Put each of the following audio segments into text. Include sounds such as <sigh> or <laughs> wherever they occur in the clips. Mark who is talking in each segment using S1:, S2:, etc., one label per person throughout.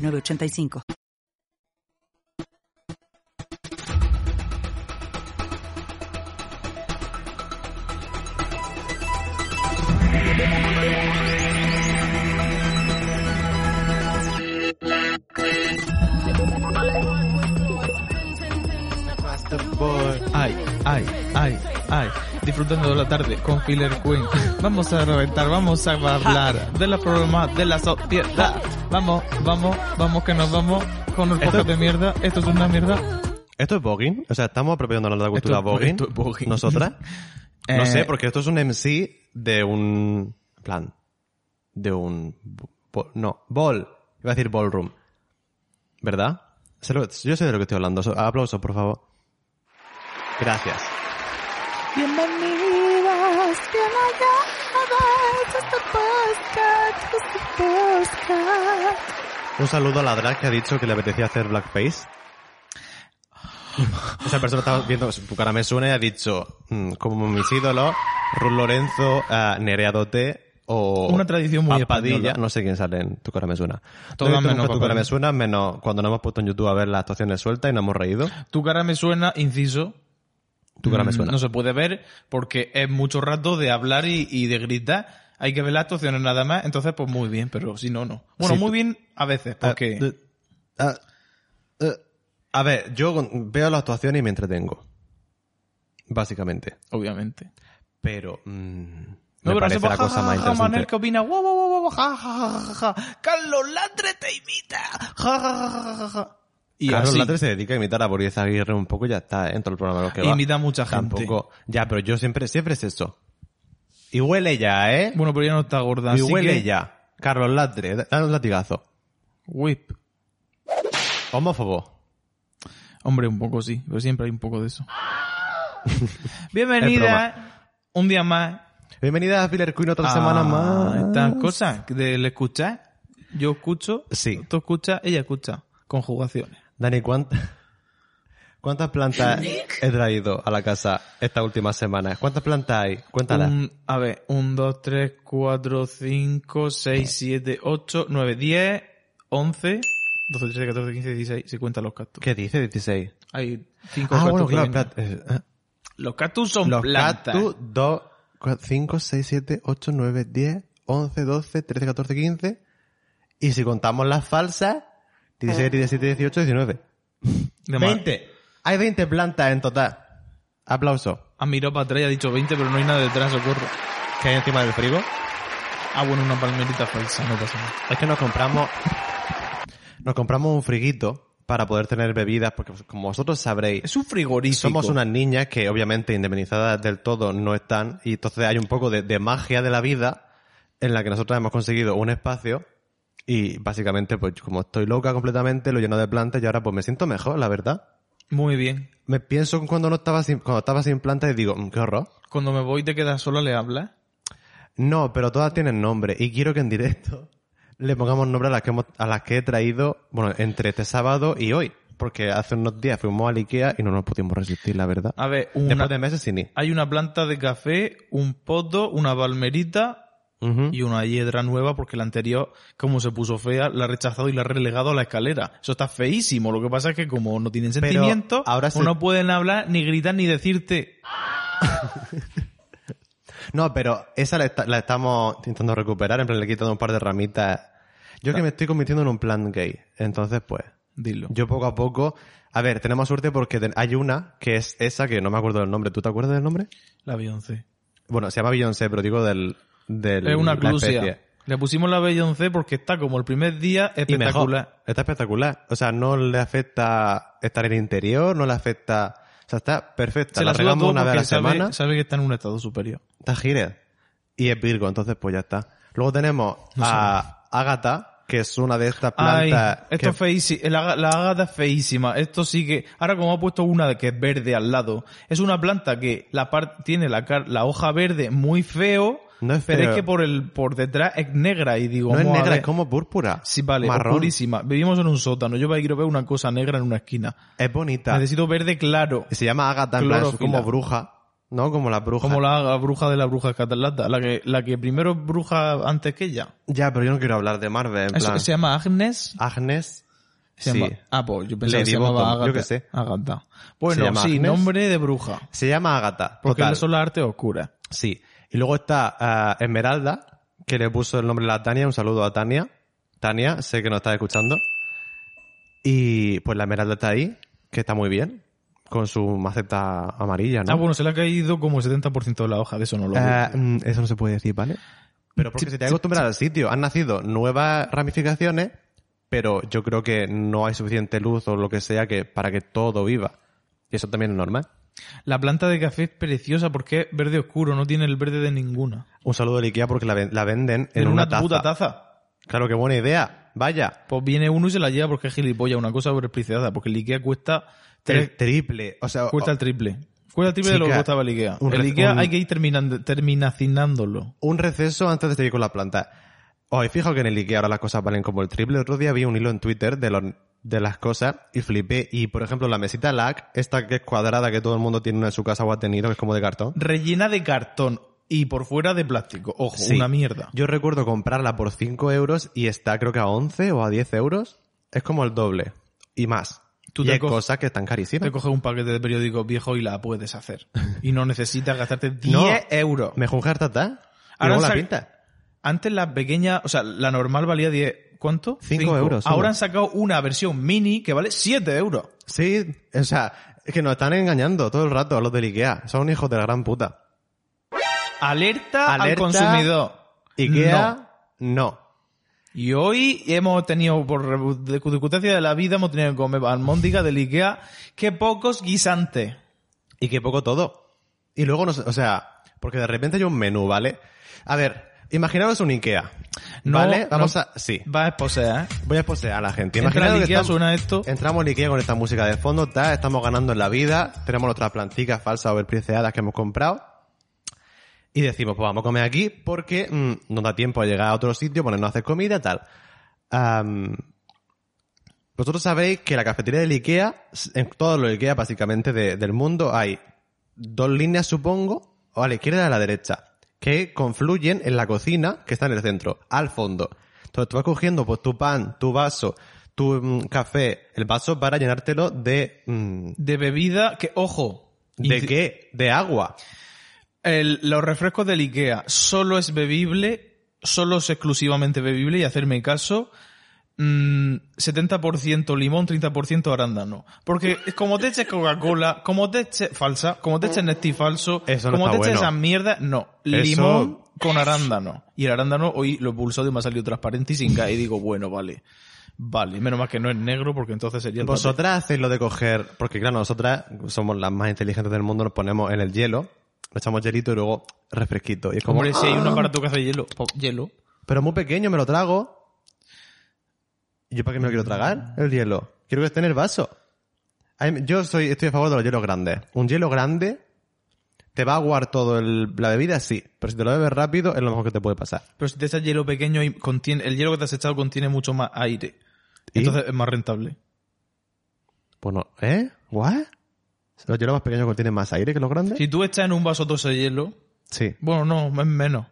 S1: 985.
S2: Ay, ay, ay, ay. Disfrutando de la tarde con Killer Queen. Vamos a reventar, vamos a hablar de los problemas de la sociedad. Vamos, vamos, vamos que nos vamos con un podcast de mierda. Esto es una mierda.
S3: ¿Esto es voguing? O sea, ¿estamos apropiándonos de la cultura
S2: Esto es-
S3: voguing?
S2: esto es voguing. <laughs>
S3: ¿Nosotras? No
S2: Eh,
S3: sé, porque esto es un MC de un... en plan. De un... bo- No, ball. Iba a decir ballroom. ¿Verdad? Sé lo- Yo sé de lo que estoy hablando. So- Aplausos, por favor. Gracias.
S4: Bienvenidas, bienvenidas a este podcast, este podcast.
S3: Un saludo a la drag que ha dicho que le apetecía hacer
S2: <sighs>
S3: blackface. Esa persona estaba viendo su cara me suena y ha dicho, mm, como mis ídolos, Ruth Lorenzo, ah, Nerea Doté o...
S2: Una tradición muy
S3: Papadilla,
S2: española.
S3: no sé quién sale en Tu cara me suena.
S2: Todas
S3: No he visto
S2: menos
S3: nunca Tu cara
S2: Papadilla.
S3: me suena, menos cuando nos hemos puesto en YouTube a ver las actuaciones sueltas y nos hemos reído.
S2: Tu cara me suena, inciso.
S3: Tu cara me
S2: Mm,
S3: suena.
S2: No se puede ver porque es mucho rato de hablar y, y de gritar. Hay que ver las actuaciones nada más. Entonces, pues muy bien, pero si no, no. Bueno,
S3: Sí,
S2: muy
S3: tú-
S2: bien a veces,
S3: Ah,
S2: porque...
S3: eh, ah, eh, a ver, yo con- veo las actuaciones y me entretengo. Básicamente.
S2: Obviamente.
S3: Pero... mm,
S2: No,
S3: me
S2: pero
S3: parece
S2: hacemos,
S3: la
S2: "Ja,
S3: cosa
S2: ja,
S3: más
S2: ja,
S3: interesante.
S2: Manel, ¿qué opina? Guau, guau, guau, guau, ja, ja, ja, ja, ja. Carlos Latre te imita. Ja, ja, ja, ja, ja, ja. Y
S3: Carlos
S2: así,
S3: Latre se dedica a imitar a Boris Aguirre un poco y ya está, ¿eh? en todo el programa lo que va.
S2: imita a mucha gente.
S3: Tampoco. Ya, pero yo siempre, siempre es eso. Y huele ya, ¿eh?
S2: Bueno, pero ya no está gorda,
S3: y
S2: así
S3: huele
S2: que-
S3: ya. Carlos Latre, da- dale un latigazo.
S2: Whip.
S3: Homófobo.
S2: Hombre, un poco sí, pero siempre hay un poco de
S3: <laughs>
S2: eso.
S3: Es
S2: Bienvenida un día más
S3: Bienvenida a Filler Queen otra
S2: a
S3: semana más.
S2: Ah, Estas cosas del escuchar. Yo escucho,
S3: Sí.
S2: tú escuchas, ella escucha. Conjugaciones.
S3: Dani, ¿cuántas, cuántas plantas he traído a la casa estas últimas semanas? ¿Cuántas plantas hay? Cuéntalas.
S2: Un- a ver, 1, 2, 3, 4, 5, 6, 7, 8, 9, 10, 11, 12, 13, 14, 15, 16, 50 los cactus.
S3: ¿Qué dice 16?
S2: Hay 5
S3: Ah,
S2: cactus.
S3: bueno,
S2: que
S3: claro,
S2: vienen.
S3: espérate. Eh,
S2: Los cactus son
S3: Los
S2: plantas.
S3: cactus, 2, 5, 6, 7, 8, 9, 10, 11, 12, 13, 14, 15. Y si contamos las falsas, 16, 17, 18, 19.
S2: De más.
S3: 20. Hay 20 plantas en total. Aplauso.
S2: Ha mirado para atrás y ha dicho 20, pero no hay nada detrás, socorro.
S3: ¿Qué hay encima del frigo?
S2: Ah, bueno, una palmerita falsa, no pasa nada.
S3: Es que nos compramos, nos compramos un friguito para poder tener bebidas, porque como vosotros sabréis,
S2: Es un frigorífico.
S3: somos unas niñas que obviamente indemnizadas del todo no están y entonces hay un poco de, de magia de la vida en la que nosotros hemos conseguido un espacio y básicamente pues como estoy loca completamente lo lleno de plantas y ahora pues me siento mejor la verdad
S2: Muy bien.
S3: me pienso cuando no estaba sin cuando estaba sin plantas y digo "Mm, qué horror
S2: Cuando me voy te quedas sola, le hablas.
S3: no pero todas tienen nombre y quiero que en directo <laughs> le pongamos nombre a las que hemos- a las que he traído bueno entre este sábado y hoy porque hace unos días fuimos al Ikea y no nos pudimos resistir la verdad
S2: A ver, Ah, una,
S3: después de meses sin ir
S2: hay una planta de café, un poto, una palmerita
S3: Ujú.
S2: y una hiedra nueva porque la anterior, como se puso fea, la ha rechazado y la ha relegado a la escalera. Eso está feísimo. Lo que pasa es que como no tienen
S3: Pero
S2: sentimiento,
S3: ahora se-
S2: no pueden hablar, ni gritar, ni decirte.
S3: No, pero esa la, esta- la estamos intentando recuperar, en plan le he quitado un par de ramitas. Yo que me estoy convirtiendo en un plan gay. Entonces, pues,
S2: Dilo.
S3: yo poco a poco... A ver, tenemos suerte porque ten- hay una que es esa que no me acuerdo del nombre. ¿Tú te acuerdas del nombre?
S2: La Beyoncé.
S3: Bueno, se llama Beyoncé, pero digo del... del
S2: Es una
S3: la especie.
S2: clusia. Le pusimos la Beyoncé porque está como el primer día
S3: Y mejor.
S2: espectacular.
S3: Está espectacular. O sea, no le afecta estar en el interior, no le afecta... O sea, está perfecta.
S2: Se
S3: la
S2: la suda
S3: regamos
S2: todo
S3: una vez a
S2: porque
S3: la semana.
S2: sabe, sabe que está en un estado superior.
S3: Está Giret. Y es Virgo, entonces pues ya está. Luego tenemos a Agatha, que es una de estas
S2: Ay,
S3: plantas.
S2: esto
S3: que-
S2: es feísimo. La, la ágata es feísima. Esto sí que... Ahora como ha puesto una que es verde al lado, es una planta que la par- tiene la, car- la hoja verde muy feo,
S3: No es
S2: pero
S3: feo.
S2: es que por el por detrás es negra y digo...
S3: no es
S2: "Vamos a
S3: negra,
S2: ver".
S3: es como púrpura.
S2: Sí, vale,
S3: marrón.
S2: oscurísima. Vivimos en un sótano. Yo quiero ver una cosa negra en una esquina.
S3: Es bonita.
S2: Necesito verde claro.
S3: Y se llama Agatha, en plan, es
S2: Clorofila.
S3: como bruja, ¿no? Como la bruja.
S2: Como la bruja de la bruja escarlata, la que, la que primero es bruja antes que ella.
S3: Ya, pero yo no quiero hablar de Marvel, en
S2: Eso
S3: plan.
S2: que se llama Agnes.
S3: Agnes.
S2: Se
S3: sí.
S2: llama- ah, pues yo pensaba
S3: Lady
S2: que se llamaba
S3: Bottom,
S2: Agatha.
S3: yo qué sé.
S2: Agatha. Bueno,
S3: Se llama
S2: sí,
S3: Agnes.
S2: nombre de bruja.
S3: Se llama Agatha.
S2: Porque
S3: total.
S2: son las artes oscuras.
S3: Sí. Y luego está ah, Esmeralda, que le puso el nombre a la Tania. Un saludo a Tania. Tania, sé que nos estás escuchando. Y pues la Esmeralda está ahí, que está muy bien, con su maceta amarilla, ¿no?
S2: Ah, bueno, se le ha caído como el 70% de la hoja, de eso no lo veo.
S3: Eh, mm, eso no se puede decir, ¿vale? Pero porque
S2: Sí,
S3: se te ha
S2: sí,
S3: acostumbrado al sitio. Han nacido nuevas ramificaciones, pero yo creo que no hay suficiente luz o lo que sea que para que todo viva. Y eso también es normal.
S2: La planta de café es preciosa porque es verde oscuro, no tiene el verde de ninguna.
S3: Un saludo de Ikea porque la, ven- la venden en,
S2: En
S3: una,
S2: una,
S3: taza.
S2: puta taza.
S3: Claro, qué buena idea. Vaya.
S2: Pues viene uno y se la lleva porque es gilipollas, una cosa sobreexplicada, porque el IKEA cuesta
S3: El
S2: tres,
S3: triple. O sea,
S2: cuesta el triple. Cuesta el triple de lo que
S3: Eh, oh, Chica,
S2: costaba el IKEA.
S3: un
S2: el
S3: re-
S2: IKEA
S3: un-
S2: hay que ir terminando, terminacinándolo.
S3: un receso antes de seguir con la planta. Hoy, fijaos que en el Ikea ahora las cosas valen como el triple. El otro día vi un hilo en Twitter de, los- de las cosas y flipé. Y, por ejemplo, la mesita LAC, esta que es cuadrada que todo el mundo tiene una en su casa o ha tenido, que es como de cartón.
S2: Rellena de cartón y por fuera de plástico. Ojo,
S3: Sí.
S2: una mierda.
S3: Yo recuerdo comprarla por 5 euros y está creo que a 11 o a 10 euros. Es como el doble y más.
S2: Tú
S3: y
S2: te
S3: hay
S2: co-
S3: cosas que están carísimas.
S2: Te coges un paquete de periódicos viejos y la puedes hacer. Y no necesitas gastarte 10
S3: <laughs> No.
S2: euros.
S3: Me junja tarta. Y luego
S2: Ahora han
S3: la
S2: sac-
S3: pinta.
S2: Antes la pequeña, o sea, la normal valía 10. ¿Cuánto?
S3: Cinco
S2: Cinco.
S3: euros solo.
S2: Ahora han sacado una versión mini que vale 7 euros.
S3: Sí, o sea, es que nos están engañando todo el rato los del Ikea. Son hijos de la gran puta.
S2: Alerta, al
S3: Alerta.
S2: consumidor. No.
S3: Ikea, no.
S2: Y hoy hemos tenido, por rebu- circunstancia de la vida, hemos tenido que comer almóndiga del Ikea. ¡Qué pocos guisantes!
S3: Y que poco todo. Y luego, no sé, o sea, porque de repente hay un menú, ¿vale? A ver, imaginaos un Ikea.
S2: No,
S3: ¿Vale? Vamos
S2: no.
S3: a... Sí.
S2: Va a exposear, ¿eh?
S3: Voy a poseer a la gente.
S2: Entra
S3: Imaginaos
S2: al
S3: que
S2: Ikea,
S3: estamos-
S2: suena esto.
S3: Entramos en Ikea con esta música de fondo, tal, estamos ganando en la vida, tenemos nuestras plantitas falsas o overpriceadas que hemos comprado y decimos, pues vamos a comer aquí porque mm, nos da tiempo a llegar a otro sitio, ponernos a hacer comida, tal. Am, vosotros sabéis que la cafetería del Ikea, s- en todos los Ikea básicamente de- del mundo, hay dos líneas, supongo, o a la izquierda y a la derecha, que confluyen en la cocina, que está en el centro, al fondo. Entonces tú vas cogiendo pues tu pan, tu vaso, tu mm, café, el vaso para llenártelo de... mm,
S2: De bebida, que, ojo.
S3: ¿De
S2: inci-
S3: qué? De agua.
S2: el- los refrescos del Ikea solo es bebible, solo es exclusivamente bebible, y hacerme caso, mm, 70% limón, 30% arándano. Porque como te eches Coca-Cola, como te eches falsa, como te eches Nesti falso,
S3: Eso no
S2: como
S3: está
S2: te eches
S3: bueno.
S2: esas mierdas, no.
S3: Eso-
S2: Limón con arándano. Y el arándano hoy lo pulsado y me ha salido transparente y sin caer. Y digo, bueno, vale. Vale, menos mal que no es negro porque entonces sería el
S3: Vosotras hacéis lo de coger, porque claro, nosotras somos las más inteligentes del mundo, nos ponemos en el hielo, le echamos hielito y luego refresquito. Y es como,
S2: Hombre, si hay un aparato que hace hielo, po- hielo.
S3: pero muy pequeño, me lo trago. ¿Y yo para qué me lo quiero tragar? El hielo. Quiero que esté en el vaso. Ay, Yo soy, estoy a favor de los hielos grandes. Un hielo grande te va a aguar todo el- la bebida, sí. Pero si te lo bebes rápido, es lo mejor que te puede pasar.
S2: Pero si te echas hielo pequeño, y contiene, el hielo que te has echado contiene mucho más aire.
S3: ¿Y?
S2: Entonces es más rentable.
S3: Pues no, ¿eh? ¿What? Los hielos más pequeños contienen más aire que los grandes.
S2: Si tú echas en un vaso todo ese hielo,
S3: sí.
S2: bueno, no, es menos.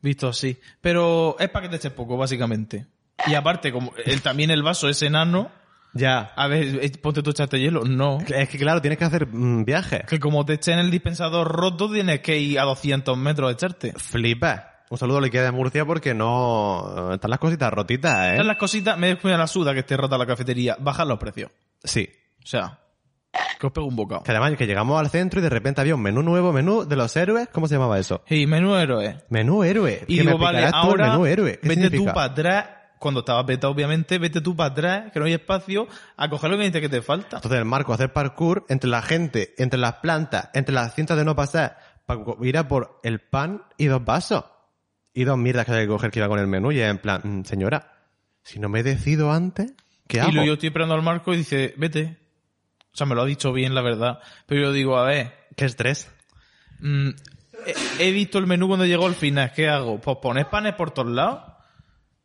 S2: Visto así. Pero es para que te eches poco, básicamente. Y aparte, como el- también el vaso es enano,
S3: Ya.
S2: a ver, eh, ponte tú echaste hielo. No.
S3: Es que claro, tienes que hacer mm, viajes.
S2: Que como te echen el dispensador roto, tienes que ir a 200 metros a
S3: ¿Eh?
S2: echarte.
S3: Flipa. Un saludo a la Ikea de Murcia porque no... Están las cositas rotitas,
S2: Esas
S3: ¿eh?
S2: las cositas, me descuida la suda que esté rota la cafetería. Bajan los precios.
S3: Sí.
S2: O sea, que os pego un bocado.
S3: Que además que llegamos al centro y de repente había un menú nuevo, menú de los héroes. ¿Cómo se llamaba eso?
S2: Y menú héroe.
S3: Menú héroe.
S2: Y
S3: Que me
S2: digo, vale,
S3: explicarás tú el
S2: ahora
S3: menú héroe. ¿Qué
S2: vete
S3: significa?
S2: tú para atrás, cuando estaba petado obviamente, vete tú para atrás, que no hay espacio, a coger lo que dices que te falta.
S3: Entonces el marco hacer parkour entre la gente, entre las plantas, entre las cintas de no pasar, para ir a por el pan y dos vasos. Y dos mierdas que hay que coger que iba con el menú y es en plan, mm, señora, si no me decido antes, ¿qué hago?
S2: Y luego yo estoy esperando al Marco y dice, vete. O sea, me lo ha dicho bien, la verdad. Pero yo digo, a ver,
S3: ¿Qué estrés?
S2: mm, he, he visto el menú cuando llegó al final, ¿qué hago? Pues pones panes por todos lados.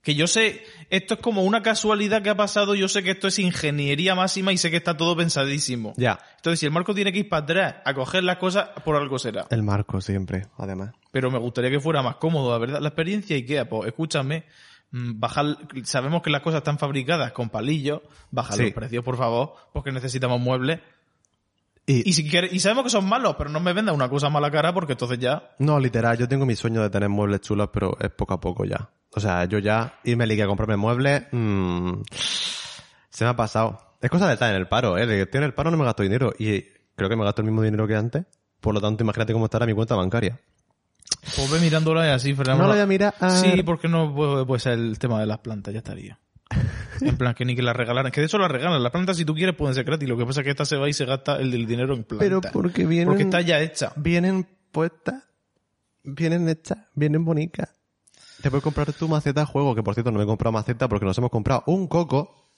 S2: Que yo sé, esto es como una casualidad que ha pasado, yo sé que esto es ingeniería máxima y sé que está todo pensadísimo.
S3: Ya.
S2: Entonces, si el Marco tiene que ir para atrás a coger las cosas, por algo será.
S3: El marco siempre, además.
S2: pero me gustaría que fuera más cómodo, la verdad. La experiencia IKEA, pues escúchame, mm, bajar, sabemos que las cosas están fabricadas con palillos, baja
S3: Sí.
S2: los precios, por favor, porque necesitamos muebles.
S3: Y,
S2: Y, si quieres- y sabemos que son malos, pero no me venda una cosa mala cara porque entonces ya...
S3: no, literal, yo tengo mi sueño de tener muebles chulos, pero es poco a poco ya. O sea, yo ya irme ligue a comprarme muebles, mm, se me ha pasado. Es cosa de estar en el paro, eh. de que Estoy en el paro, no me gasto dinero. Y creo que me gasto el mismo dinero que antes. Por lo tanto, imagínate cómo estará mi cuenta bancaria.
S2: Pues ve mirándola y así, Fernando.
S3: No lo voy a mirar.
S2: Sí, porque no puede, puede ser el tema de las plantas, ya
S3: <laughs>
S2: estaría. En plan, que ni que las regalaran. Que de hecho las regalan. Las plantas, si tú quieres, pueden ser gratis. Lo que pasa es que esta se va y se gasta el del dinero en
S3: Pero
S2: plantas.
S3: porque vienen-
S2: Porque está ya hecha.
S3: Vienen puestas, vienen hechas, vienen bonitas. Te puedes comprar tu maceta de juego, que por cierto no me he comprado maceta porque nos hemos comprado un coco,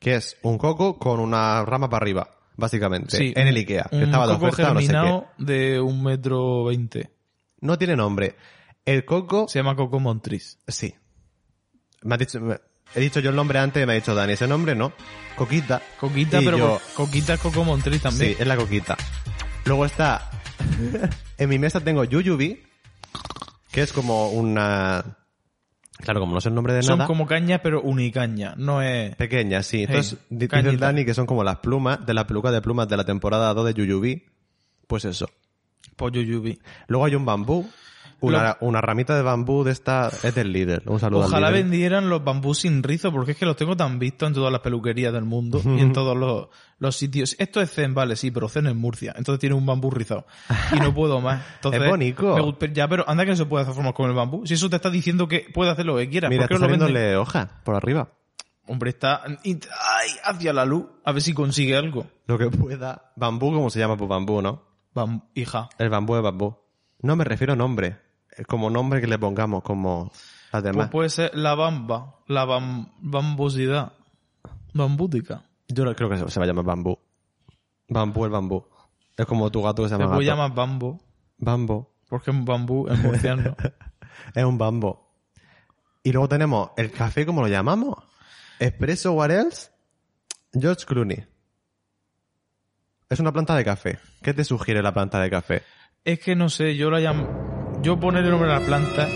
S3: que es un coco con una rama para arriba, básicamente, en el Ikea.
S2: Un
S3: que estaba de
S2: coco
S3: oferta, no sé qué.
S2: germinado de un metro veinte.
S3: No tiene nombre. El coco,
S2: Se llama Coco Montriz.
S3: sí. Me has dicho, me- he dicho yo el nombre antes y me ha dicho Dani, ese nombre no. Coquita.
S2: Coquita,
S3: Y
S2: pero
S3: yo-
S2: co- Coquita es Coco Montriz también.
S3: Sí, es la coquita. Luego está. <laughs> en mi mesa tengo Yuyubi, que es como una. Claro, como no sé el nombre de
S2: Son
S3: nada.
S2: como cañas, pero unicaña. No es...
S3: Pequeñas, sí. Entonces, di- dice el
S2: cañita.
S3: Dani que son como las plumas de la peluca de plumas de la temporada 2 de Yuyubi. Pues eso.
S2: Pollo yubi.
S3: Luego hay un bambú. Una, una ramita de bambú de esta. Es del líder. Un saludo al
S2: Ojalá
S3: Lidl.
S2: vendieran los bambús sin rizo, porque es que los tengo tan vistos en todas las peluquerías del
S3: <laughs>
S2: mundo y en todos los, los sitios. Esto es Zen, vale, sí, pero Zen es Murcia. Entonces tiene un bambú rizado. Y no puedo más. Entonces,
S3: <laughs> Es bonito.
S2: me gu- pero ya, pero anda que no se puede hacer formas con el bambú. Si eso te está diciendo que puede hacer lo que quieras,
S3: Mira,
S2: ¿por qué
S3: está
S2: no lo venden?
S3: saliéndole hoja por arriba.
S2: Hombre, está y- ay, hacia la luz, a ver si consigue algo.
S3: Lo que pueda. Bambú, ¿cómo se llama? Pues bambú, ¿no?
S2: Vam- hija.
S3: El bambú de bambú. No me refiero a nombre. Eh, Como nombre que le pongamos, como las demás.
S2: Pues puede ser la bamba, la bam- bambosidad, bambútica.
S3: Yo no- creo que se se va a llamar bambú. Bambú el bambú. Es como tu gato que se
S2: Te
S3: llama
S2: voy a
S3: gato.
S2: llamar bambo,
S3: Bambo.
S2: porque es bambú es murciano.
S3: Es un bambo. Y luego tenemos el café, ¿cómo lo llamamos? Espresso what else? George Clooney. Es una planta de café. ¿Qué te sugiere la planta de café?
S2: es que no sé, yo la llamo... Yo poner el nombre a la planta...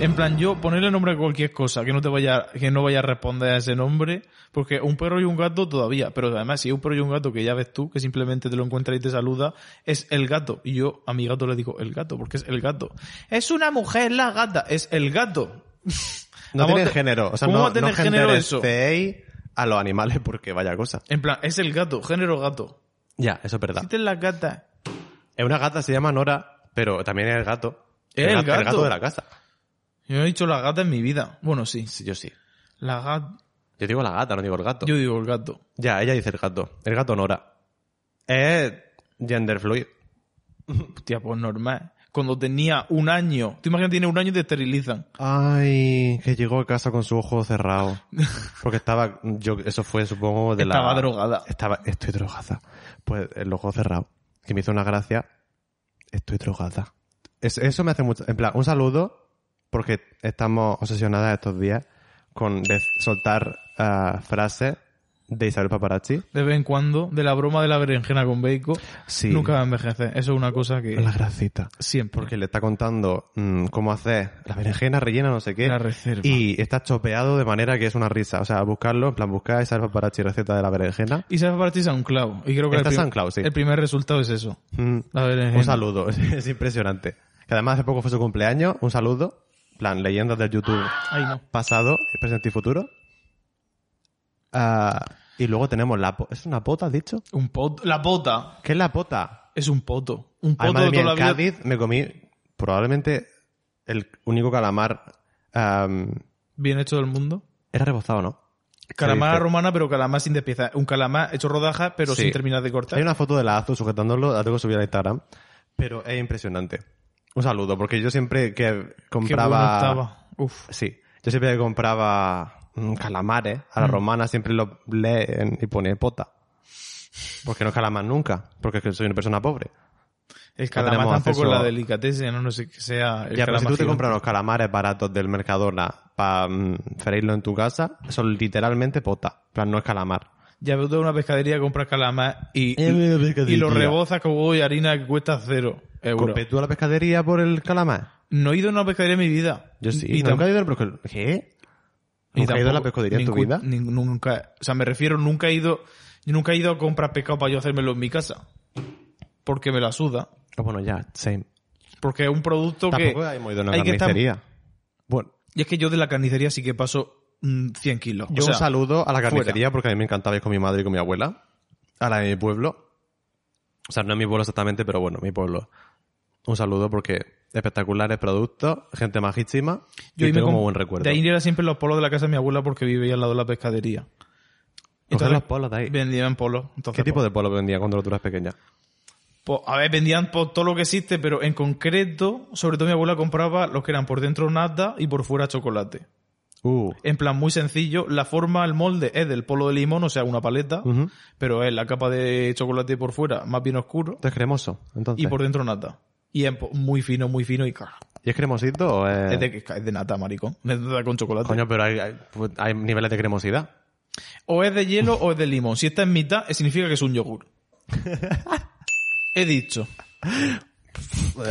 S2: En plan, yo ponerle nombre a cualquier cosa, que no te vaya, que no vaya a responder a ese nombre, porque un perro y un gato todavía, pero además si es un perro y un gato que ya ves tú, que simplemente te lo encuentras y te saluda, es el gato. Y yo a mi gato le digo el gato, porque es el gato. Es una mujer la gata, es el gato.
S3: No
S2: Vamos
S3: tiene
S2: a te-
S3: género. O sea,
S2: ¿cómo
S3: no,
S2: va a tener
S3: no
S2: género eso?
S3: genderecéis a los animales porque vaya cosa.
S2: En plan, es el gato, género gato.
S3: Ya, eso es verdad.
S2: Existen las gatas.
S3: Es una gata, se llama Nora, pero también es el gato.
S2: ¿Es el
S3: ga- El
S2: gato?
S3: gato de la casa.
S2: Yo no he dicho la gata en mi vida. Bueno, sí.
S3: Sí, yo sí.
S2: La gata.
S3: Yo digo la gata, no digo el gato.
S2: Yo digo el gato.
S3: Ya, ella dice el gato. El gato Nora. Es gender fluid.
S2: Hostia, pues normal. Cuando tenía un año. Tú imaginas, tiene un año y te esterilizan.
S3: Ay, que llegó a casa con su ojo cerrado. Porque estaba, yo, eso fue supongo de la...
S2: Estaba drogada.
S3: Estaba, estoy drogada. Pues el ojo cerrado. Que me hizo una gracia. Estoy drogada. Es- eso me hace mucho, en plan, un saludo, porque estamos obsesionadas estos días con de- soltar ah, frases de Isabel Paparazzi.
S2: De vez en cuando, de la broma de la berenjena con bacon,
S3: Sí.
S2: nunca va a envejecer. Eso es una cosa que
S3: La gracita.
S2: siempre.
S3: Porque le está contando mm, cómo hacer la berenjena rellena, no sé qué.
S2: la reserva.
S3: Y está chopeado de manera que es una risa. O sea, buscarlo, en plan, buscar esa paparazzi receta de la berenjena.
S2: Y sabes partir SoundCloud. Y creo que
S3: Está
S2: el, prim-
S3: SoundCloud, sí.
S2: el primer resultado es eso.
S3: Mm,
S2: La berenjena.
S3: un saludo, <laughs> es, impresionante. Que además hace poco fue su cumpleaños, un saludo. En plan, leyendas del YouTube
S2: Ay, no.
S3: pasado, presente y futuro. Ah, y luego tenemos la... po- ¿Es una pota, has dicho?
S2: Un pot. La pota
S3: ¿Qué es la pota?
S2: es un poto. Un
S3: Ay,
S2: poto
S3: madre
S2: de
S3: mía,
S2: toda
S3: en
S2: la vida.
S3: Cádiz me comí probablemente el único calamar... am,
S2: Bien hecho del mundo.
S3: era rebozado, ¿no?
S2: Calamar a la
S3: dice.
S2: romana, pero calamar sin despiezar. Un calamar hecho rodajas, pero
S3: Sí.
S2: sin terminar de cortar.
S3: Hay una foto de la Azu sujetándolo, la tengo que subir a Instagram. Pero es impresionante. Un saludo, porque yo siempre que
S2: Qué bueno
S3: compraba
S2: estaba. Uf.
S3: Sí. Yo siempre que compraba mm, calamares a la romana, siempre los leen y pone pota. Porque no calamar nunca, porque es que soy una persona pobre.
S2: El
S3: No
S2: calamar
S3: tenemos
S2: tampoco es
S3: acceso-
S2: la delicatessen, no, no sé qué sea. El
S3: ya, pero si
S2: calamar
S3: tú te
S2: gigante.
S3: compras los calamares baratos del Mercadona para freírlo en tu casa, son literalmente pota. En plan, no es calamar.
S2: Ya veo toda una pescadería, compras calamar y,
S3: Eh, mira,
S2: y,
S3: pescadería.
S2: lo rebozas con huevo y harina que cuesta cero euros.
S3: ¿Compré tú a la pescadería por el calamar?
S2: No he ido a una pescadería en mi vida.
S3: Yo sí.
S2: Y
S3: nunca
S2: tam-
S3: he ido a la pescadería. ¿Qué?
S2: y
S3: ¿Nunca he ido a la
S2: tampoco-
S3: pescadería en tu
S2: ningún-
S3: vida?
S2: nin- nunca. O sea, me refiero, nunca he ido. Yo nunca he ido a comprar pescado para yo hacérmelo en mi casa. Porque me la suda.
S3: Ah, bueno, ya, same.
S2: Porque es un producto que.
S3: Tampoco hemos ido a una
S2: hay que estar-
S3: carnicería. Bueno,
S2: Y es que yo de la carnicería sí que paso mm, 100 kilos. O
S3: Yo
S2: sea,
S3: un saludo a la
S2: fuera.
S3: carnicería porque a mí me encantaba ir con mi madre y con mi abuela. A la de mi pueblo. O sea, no es mi pueblo exactamente, pero bueno, mi pueblo. Un saludo porque espectaculares productos, gente majísima. y
S2: Yo ahí me
S3: tengo
S2: comp-
S3: muy buen recuerdo.
S2: De ahí era siempre los polos de la casa de mi abuela porque vivía al lado de la pescadería.
S3: Coged los polos de ahí.
S2: Vendían polos. Entonces,
S3: ¿Qué tipo de pueblo vendía cuando tú eras pequeña?
S2: Pues, a ver, vendían por todo lo que existe, pero en concreto, sobre todo mi abuela compraba los que eran por dentro nata y por fuera chocolate.
S3: Uh.
S2: En plan muy sencillo, la forma, el molde es del polo de limón, o sea, una paleta,
S3: Ujú.
S2: pero es la capa de chocolate por fuera más bien oscuro
S3: Esto es cremoso, entonces.
S2: y por dentro nata. Y es po- muy fino, muy fino y caro.
S3: ¿Y es cremosito o es...?
S2: Es, de, es de nata, maricón. <laughs> Es de nata con chocolate.
S3: Coño, pero hay, hay- pues, hay niveles de cremosidad.
S2: O es de hielo o es de limón. Si está en mitad, eh, significa que es
S3: <laughs>
S2: un yogur. He dicho.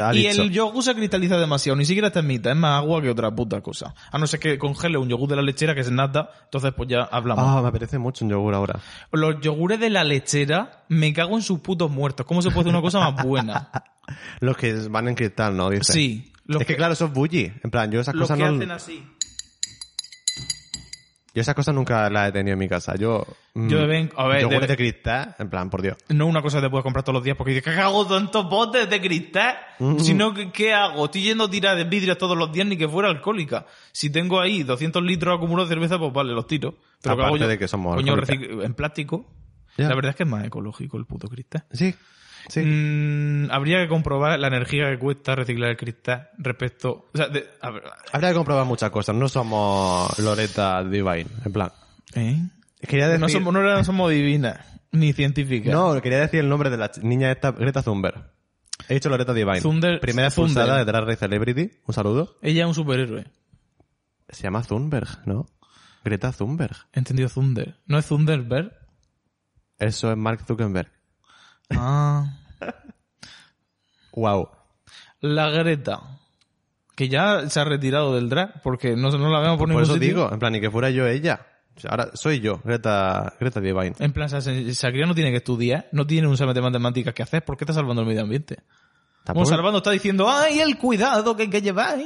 S3: Ha
S2: y
S3: dicho.
S2: el yogur se cristaliza demasiado, ni siquiera está en mitad, es más agua que otra puta cosa. A no ser que congele un yogur de la lechera que es nata, entonces pues ya hablamos.
S3: Ah, me apetece mucho un yogur ahora.
S2: Los yogures de la lechera me cago en sus putos muertos. ¿Cómo se puede hacer una cosa más
S3: <laughs>
S2: buena?
S3: Los que van en cristal, ¿no? Dice.
S2: Sí. Los
S3: es que,
S2: que-
S3: claro, eso es bully. En plan, yo esas
S2: Los
S3: cosas
S2: que
S3: no...
S2: hacen así.
S3: Yo esas cosas nunca las he tenido en mi casa. Yo. mm,
S2: Yo ven- a ver,
S3: yogures
S2: de-
S3: de cristal, en plan, por Dios.
S2: No es una cosa que te puedes comprar todos los días porque dices, ¿qué hago tantos botes de cristal?
S3: Mm.
S2: Sino que, ¿qué hago? Estoy yendo a tirar de vidrios todos los días ni que fuera alcohólica. Si tengo ahí 200 litros acumulados de cerveza, pues vale, los tiro. Pero ¿qué hago
S3: Aparte
S2: yo?
S3: de que somos
S2: Coño,
S3: alcohólicas.
S2: reciclo- en plástico.
S3: Ya.
S2: La verdad es que es más ecológico el puto cristal.
S3: Sí. Sí.
S2: Mm, habría que comprobar la energía que cuesta reciclar el cristal respecto... O
S3: ¿Eh?
S2: sea, de- a ver,
S3: Habría que comprobar muchas cosas. No somos Loreta Divine, en plan.
S2: ¿eh?
S3: Quería decir.
S2: No somos, no era- somos divinas, ni científicas.
S3: No, quería decir el nombre de la ch- niña esta, Greta Thunberg. He dicho Loreta Divine.
S2: Thunder-
S3: Primera
S2: Thunder.
S3: expulsada de Drag Race Celebrity. Un saludo.
S2: Ella es un superhéroe.
S3: Se llama Thunberg, ¿no? Greta Thunberg.
S2: He entendido Thunder. ¿No es Thunderbird?
S3: Eso es Mark Zuckerberg.
S2: Ah.
S3: Wow.
S2: La Greta. Que ya se ha retirado del drag porque no, no la vemos por,
S3: Por
S2: ningún
S3: eso
S2: sitio.
S3: digo, en plan, y que fuera yo ella. O sea, Ahora soy yo, Greta, Greta Divine.
S2: En plan, esa- esa cría no tiene que estudiar, no tiene un examen de matemáticas que hacer, ¿por qué está salvando el medio ambiente? Bueno,
S3: Tampoco-
S2: Salvando está diciendo, ¡ay, el cuidado que hay que llevar!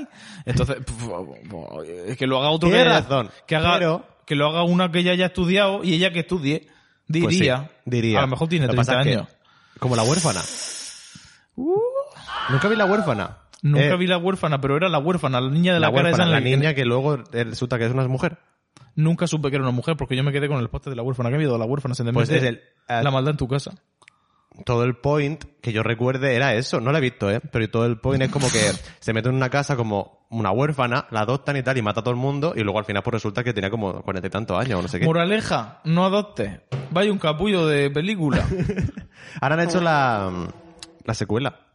S2: Entonces, <laughs> pf, pf, es que lo haga otro que,
S3: Tiene
S2: haya-
S3: razón,
S2: que haga
S3: pero-
S2: Que lo haga una que ella haya estudiado y ella que estudie.
S3: Pues sí,
S2: Diría.
S3: diría.
S2: A lo mejor tiene
S3: que
S2: 30
S3: pasa es que-
S2: años.
S3: como la huérfana. Nunca vi la huérfana.
S2: Uh. Nunca
S3: Eh,
S2: vi la huérfana, pero era la huérfana, la niña de la,
S3: la,
S2: cara
S3: huérfana,
S2: esa en
S3: la
S2: que-
S3: niña que luego resulta que es una mujer.
S2: Nunca supe que era una mujer porque yo me quedé con el poste de la huérfana. ¿Qué miedo a la huérfana? Se te
S3: Pues
S2: mete
S3: es el-
S2: la maldad en tu casa.
S3: Todo el point que yo recuerde era eso. No la he visto, ¿eh? Pero todo el point es como que se mete en una casa como una huérfana, la adoptan y tal, y mata a todo el mundo, y luego al final pues resulta que tenía como cuarenta y tantos años o no sé qué.
S2: Moraleja, no adoptes. Vaya un capullo de película.
S3: Ahora han hecho la, la secuela.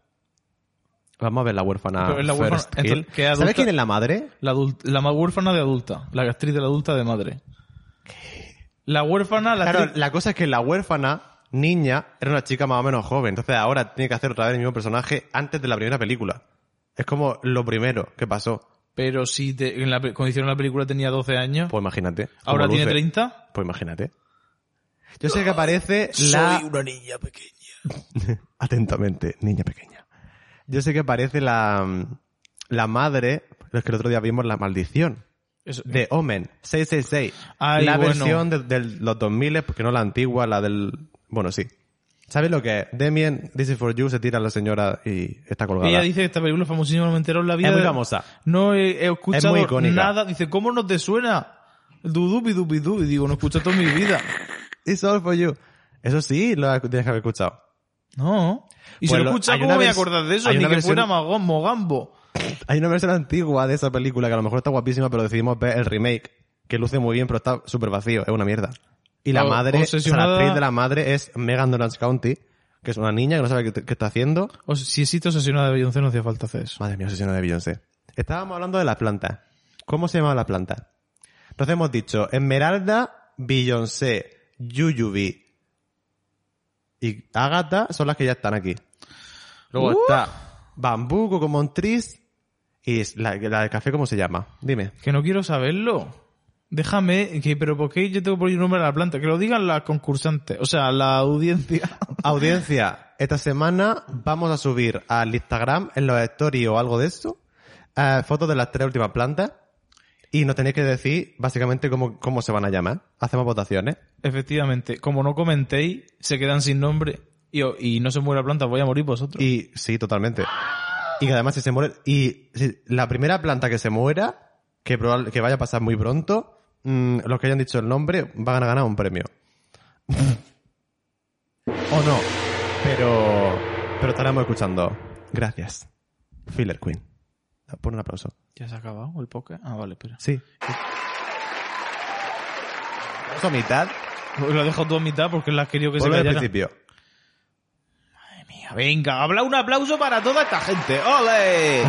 S3: Vamos a ver la huérfana.
S2: Pero es la huérfana-
S3: First
S2: entonces,
S3: Kill.
S2: ¿qué adulta?
S3: ¿Sabes quién es la madre?
S2: La, adult- la más huérfana de adulta. La actriz de la adulta de madre. La huérfana, la
S3: Claro,
S2: actriz-
S3: la cosa es que la huérfana, niña, era una chica más o menos joven. Entonces ahora tiene que hacer otra vez el mismo personaje antes de la primera película. Es como lo primero que pasó.
S2: Pero si te- en la, pe- cuando hicieron la película tenía 12 años,
S3: Pues imagínate. cómo
S2: ahora
S3: luce.
S2: tiene 30.
S3: Pues imagínate. Yo sé que aparece la...
S2: una niña pequeña.
S3: <laughs> Atentamente, niña pequeña. Yo sé que aparece la... La madre... Es que el otro día vimos La Maldición.
S2: Eso-
S3: De Omen. 666.
S2: Ay,
S3: la
S2: bueno.
S3: versión de, de los 2000, porque no la antigua, la del... Bueno, sí. ¿Sabes lo que es? Damien, This is for you, se tira a la señora y está colgada.
S2: Ella dice que esta película es famosísima, no me entero en la vida.
S3: Es muy
S2: de-
S3: famosa.
S2: No he, he escuchado
S3: muy icónica.
S2: nada. Dice, ¿cómo no te suena? Dudubi, dubi, du. Y digo, no he escuchado toda mi vida.
S3: It's all for you. Eso sí, lo ha- tienes que haber escuchado.
S2: No. Y si
S3: Pues
S2: lo
S3: lo-
S2: escuchas,
S3: hay
S2: ¿cómo
S3: una
S2: me voy a
S3: vers-
S2: acordar de eso?
S3: hay
S2: Ni
S3: una
S2: que
S3: versión-
S2: fuera Magón, Mogambo.
S3: Hay una versión antigua de esa película que a lo mejor está guapísima, pero decidimos ver el remake, que luce muy bien, pero está súper vacío, es una mierda. Y la
S2: O-
S3: madre, o sea,
S2: obsesionada-
S3: la actriz de la madre es Megan de Orange County, que es una niña que no sabe qué, qué está haciendo.
S2: O sea, si existe obsesionada de Beyoncé, no hacía falta hacer eso.
S3: Madre mía, obsesión de Beyoncé. Estábamos hablando de las plantas. ¿Cómo se llama la planta? Entonces hemos dicho Esmeralda, Beyoncé, Yuyubi y Agatha son las que ya están aquí. Luego está Bambú, Cocomon Tris y es la, la del café, ¿cómo se llama? Dime.
S2: Que no quiero saberlo. Déjame, que, pero ¿por qué yo tengo que poner un nombre a la planta? Que lo digan las concursantes, o sea, la audiencia. <laughs>
S3: Audiencia, esta semana vamos a subir al Instagram, en los stories o algo de eso, eh, fotos de las tres últimas plantas y nos tenéis que decir básicamente cómo, cómo se van a llamar. Hacemos votaciones.
S2: Efectivamente, como no comentéis, se quedan sin nombre y, y no se muere la planta, voy a morir vosotros.
S3: Y sí, totalmente. Y que además si se muere... Y si la primera planta que se muera, que, probable, que vaya a pasar muy pronto, mm, los que hayan dicho el nombre van a ganar un premio. <laughs> o no. Pero... Pero estaremos escuchando. Gracias. Filler Queen. Pon un aplauso.
S2: ¿Ya se ha acabado el poker? Ah, vale, espera.
S3: Sí. ¿Eso a mitad?
S2: Pues Lo he dejado todo a mitad porque la has querido que se
S3: Ponlo al
S2: callara.
S3: principio.
S2: Madre mía, venga, habla un aplauso para toda esta gente. ¡Ole!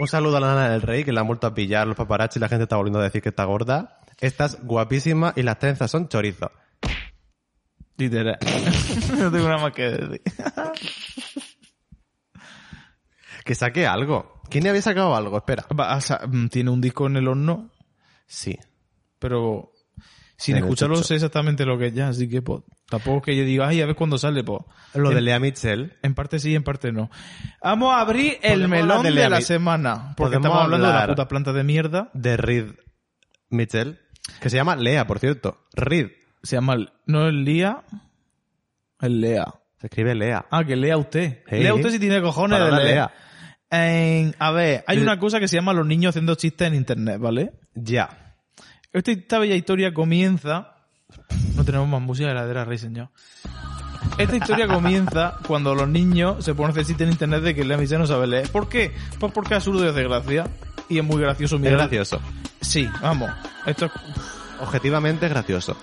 S3: Un saludo a la nana del rey, que la han vuelto a pillar los paparazzi y la gente está volviendo a decir que está gorda. Estás guapísima y las trenzas son chorizo.
S2: <laughs> Literal. <laughs> no tengo nada más que decir.
S3: Que saque algo. ¿Quién le había sacado algo? Espera.
S2: Va, o sea, mm, tiene un disco en el horno,
S3: Sí.
S2: pero sin
S3: En el
S2: escucharlo
S3: chucho.
S2: sé exactamente lo que es ya, así que pues, tampoco es que yo diga, ay, a ver cuándo sale, pues.
S3: Lo de
S2: En-
S3: Lea Mitchell.
S2: En parte sí, en parte no. Vamos a abrir el
S3: Podemos
S2: melón
S3: hablar
S2: de,
S3: de
S2: la
S3: Leami-
S2: semana. Porque
S3: Podemos
S2: estamos hablando de la
S3: hablar-
S2: puta planta de mierda.
S3: De Reed Mitchell. Que se llama Lea, por cierto. Reed.
S2: Se llama... el- No es Lía. Es Lea.
S3: Se escribe Lea.
S2: Ah, que lea usted.
S3: Sí.
S2: Lea usted si tiene cojones
S3: Para
S2: de
S3: la
S2: leer.
S3: Lea.
S2: En- a ver, hay
S3: Eh.
S2: una cosa que se llama los niños haciendo chistes en internet, ¿vale?
S3: Ya.
S2: Esta, esta bella historia comienza. No tenemos más música de la de la Rey, señor.
S3: <laughs>
S2: Esta historia comienza cuando los niños se ponen a hacer chistes en internet de que la misa no sabe leer. ¿Por qué? Pues porque es absurdo y hace gracia. Y es muy gracioso
S3: Es
S2: mirar.
S3: gracioso.
S2: Sí, vamos. Esto es-
S3: Objetivamente es gracioso.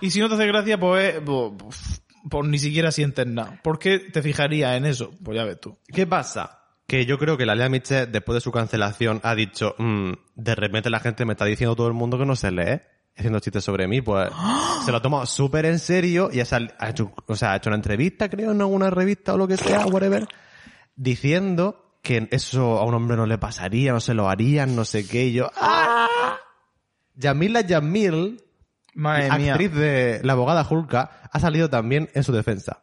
S2: Y si no te hace gracia, pues, eh, pues, pues, pues ni siquiera sientes nada. ¿Por qué te fijarías en eso? Pues ya ves tú.
S3: ¿Qué pasa? Que yo creo que la Lea Mitchell, después de su cancelación, ha dicho, "Mm, de repente la gente me está diciendo todo el mundo que no se lee, haciendo chistes sobre mí, pues
S2: ¡Ah!
S3: se lo ha tomado súper en serio y ha, sal- ha hecho, o sea, ha hecho una entrevista, creo, en alguna revista o lo que sea, whatever, diciendo que eso a un hombre no le pasaría, no se lo harían, no sé qué, y yo, ¡ah! Yamila Yamil,
S2: Madre mía.
S3: actriz de La abogada Julka, ha salido también en su defensa.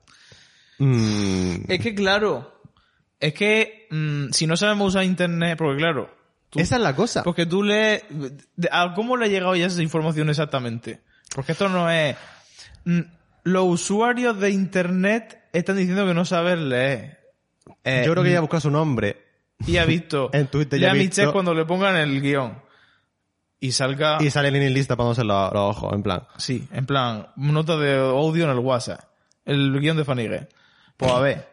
S3: Mm.
S2: Es que claro, es que mm, si no sabemos usar internet, porque claro, tú-
S3: Esa es la cosa.
S2: porque tú lees, de- ¿a cómo le ha llegado ya esa información exactamente? Porque esto no es, mm, los usuarios de internet están diciendo que no saben leer. Eh,
S3: Yo creo que ella busca su nombre
S2: Y ha visto,
S3: <laughs> En Twitter
S2: ya
S3: ya ha
S2: Michelle
S3: visto.
S2: cuando le pongan el guión y salga,
S3: y sale Lenin lista pasándose los, los ojos, en plan.
S2: sí, en plan, nota de audio en el WhatsApp, el guión de Fanigue. Pues
S3: <laughs>
S2: a ver.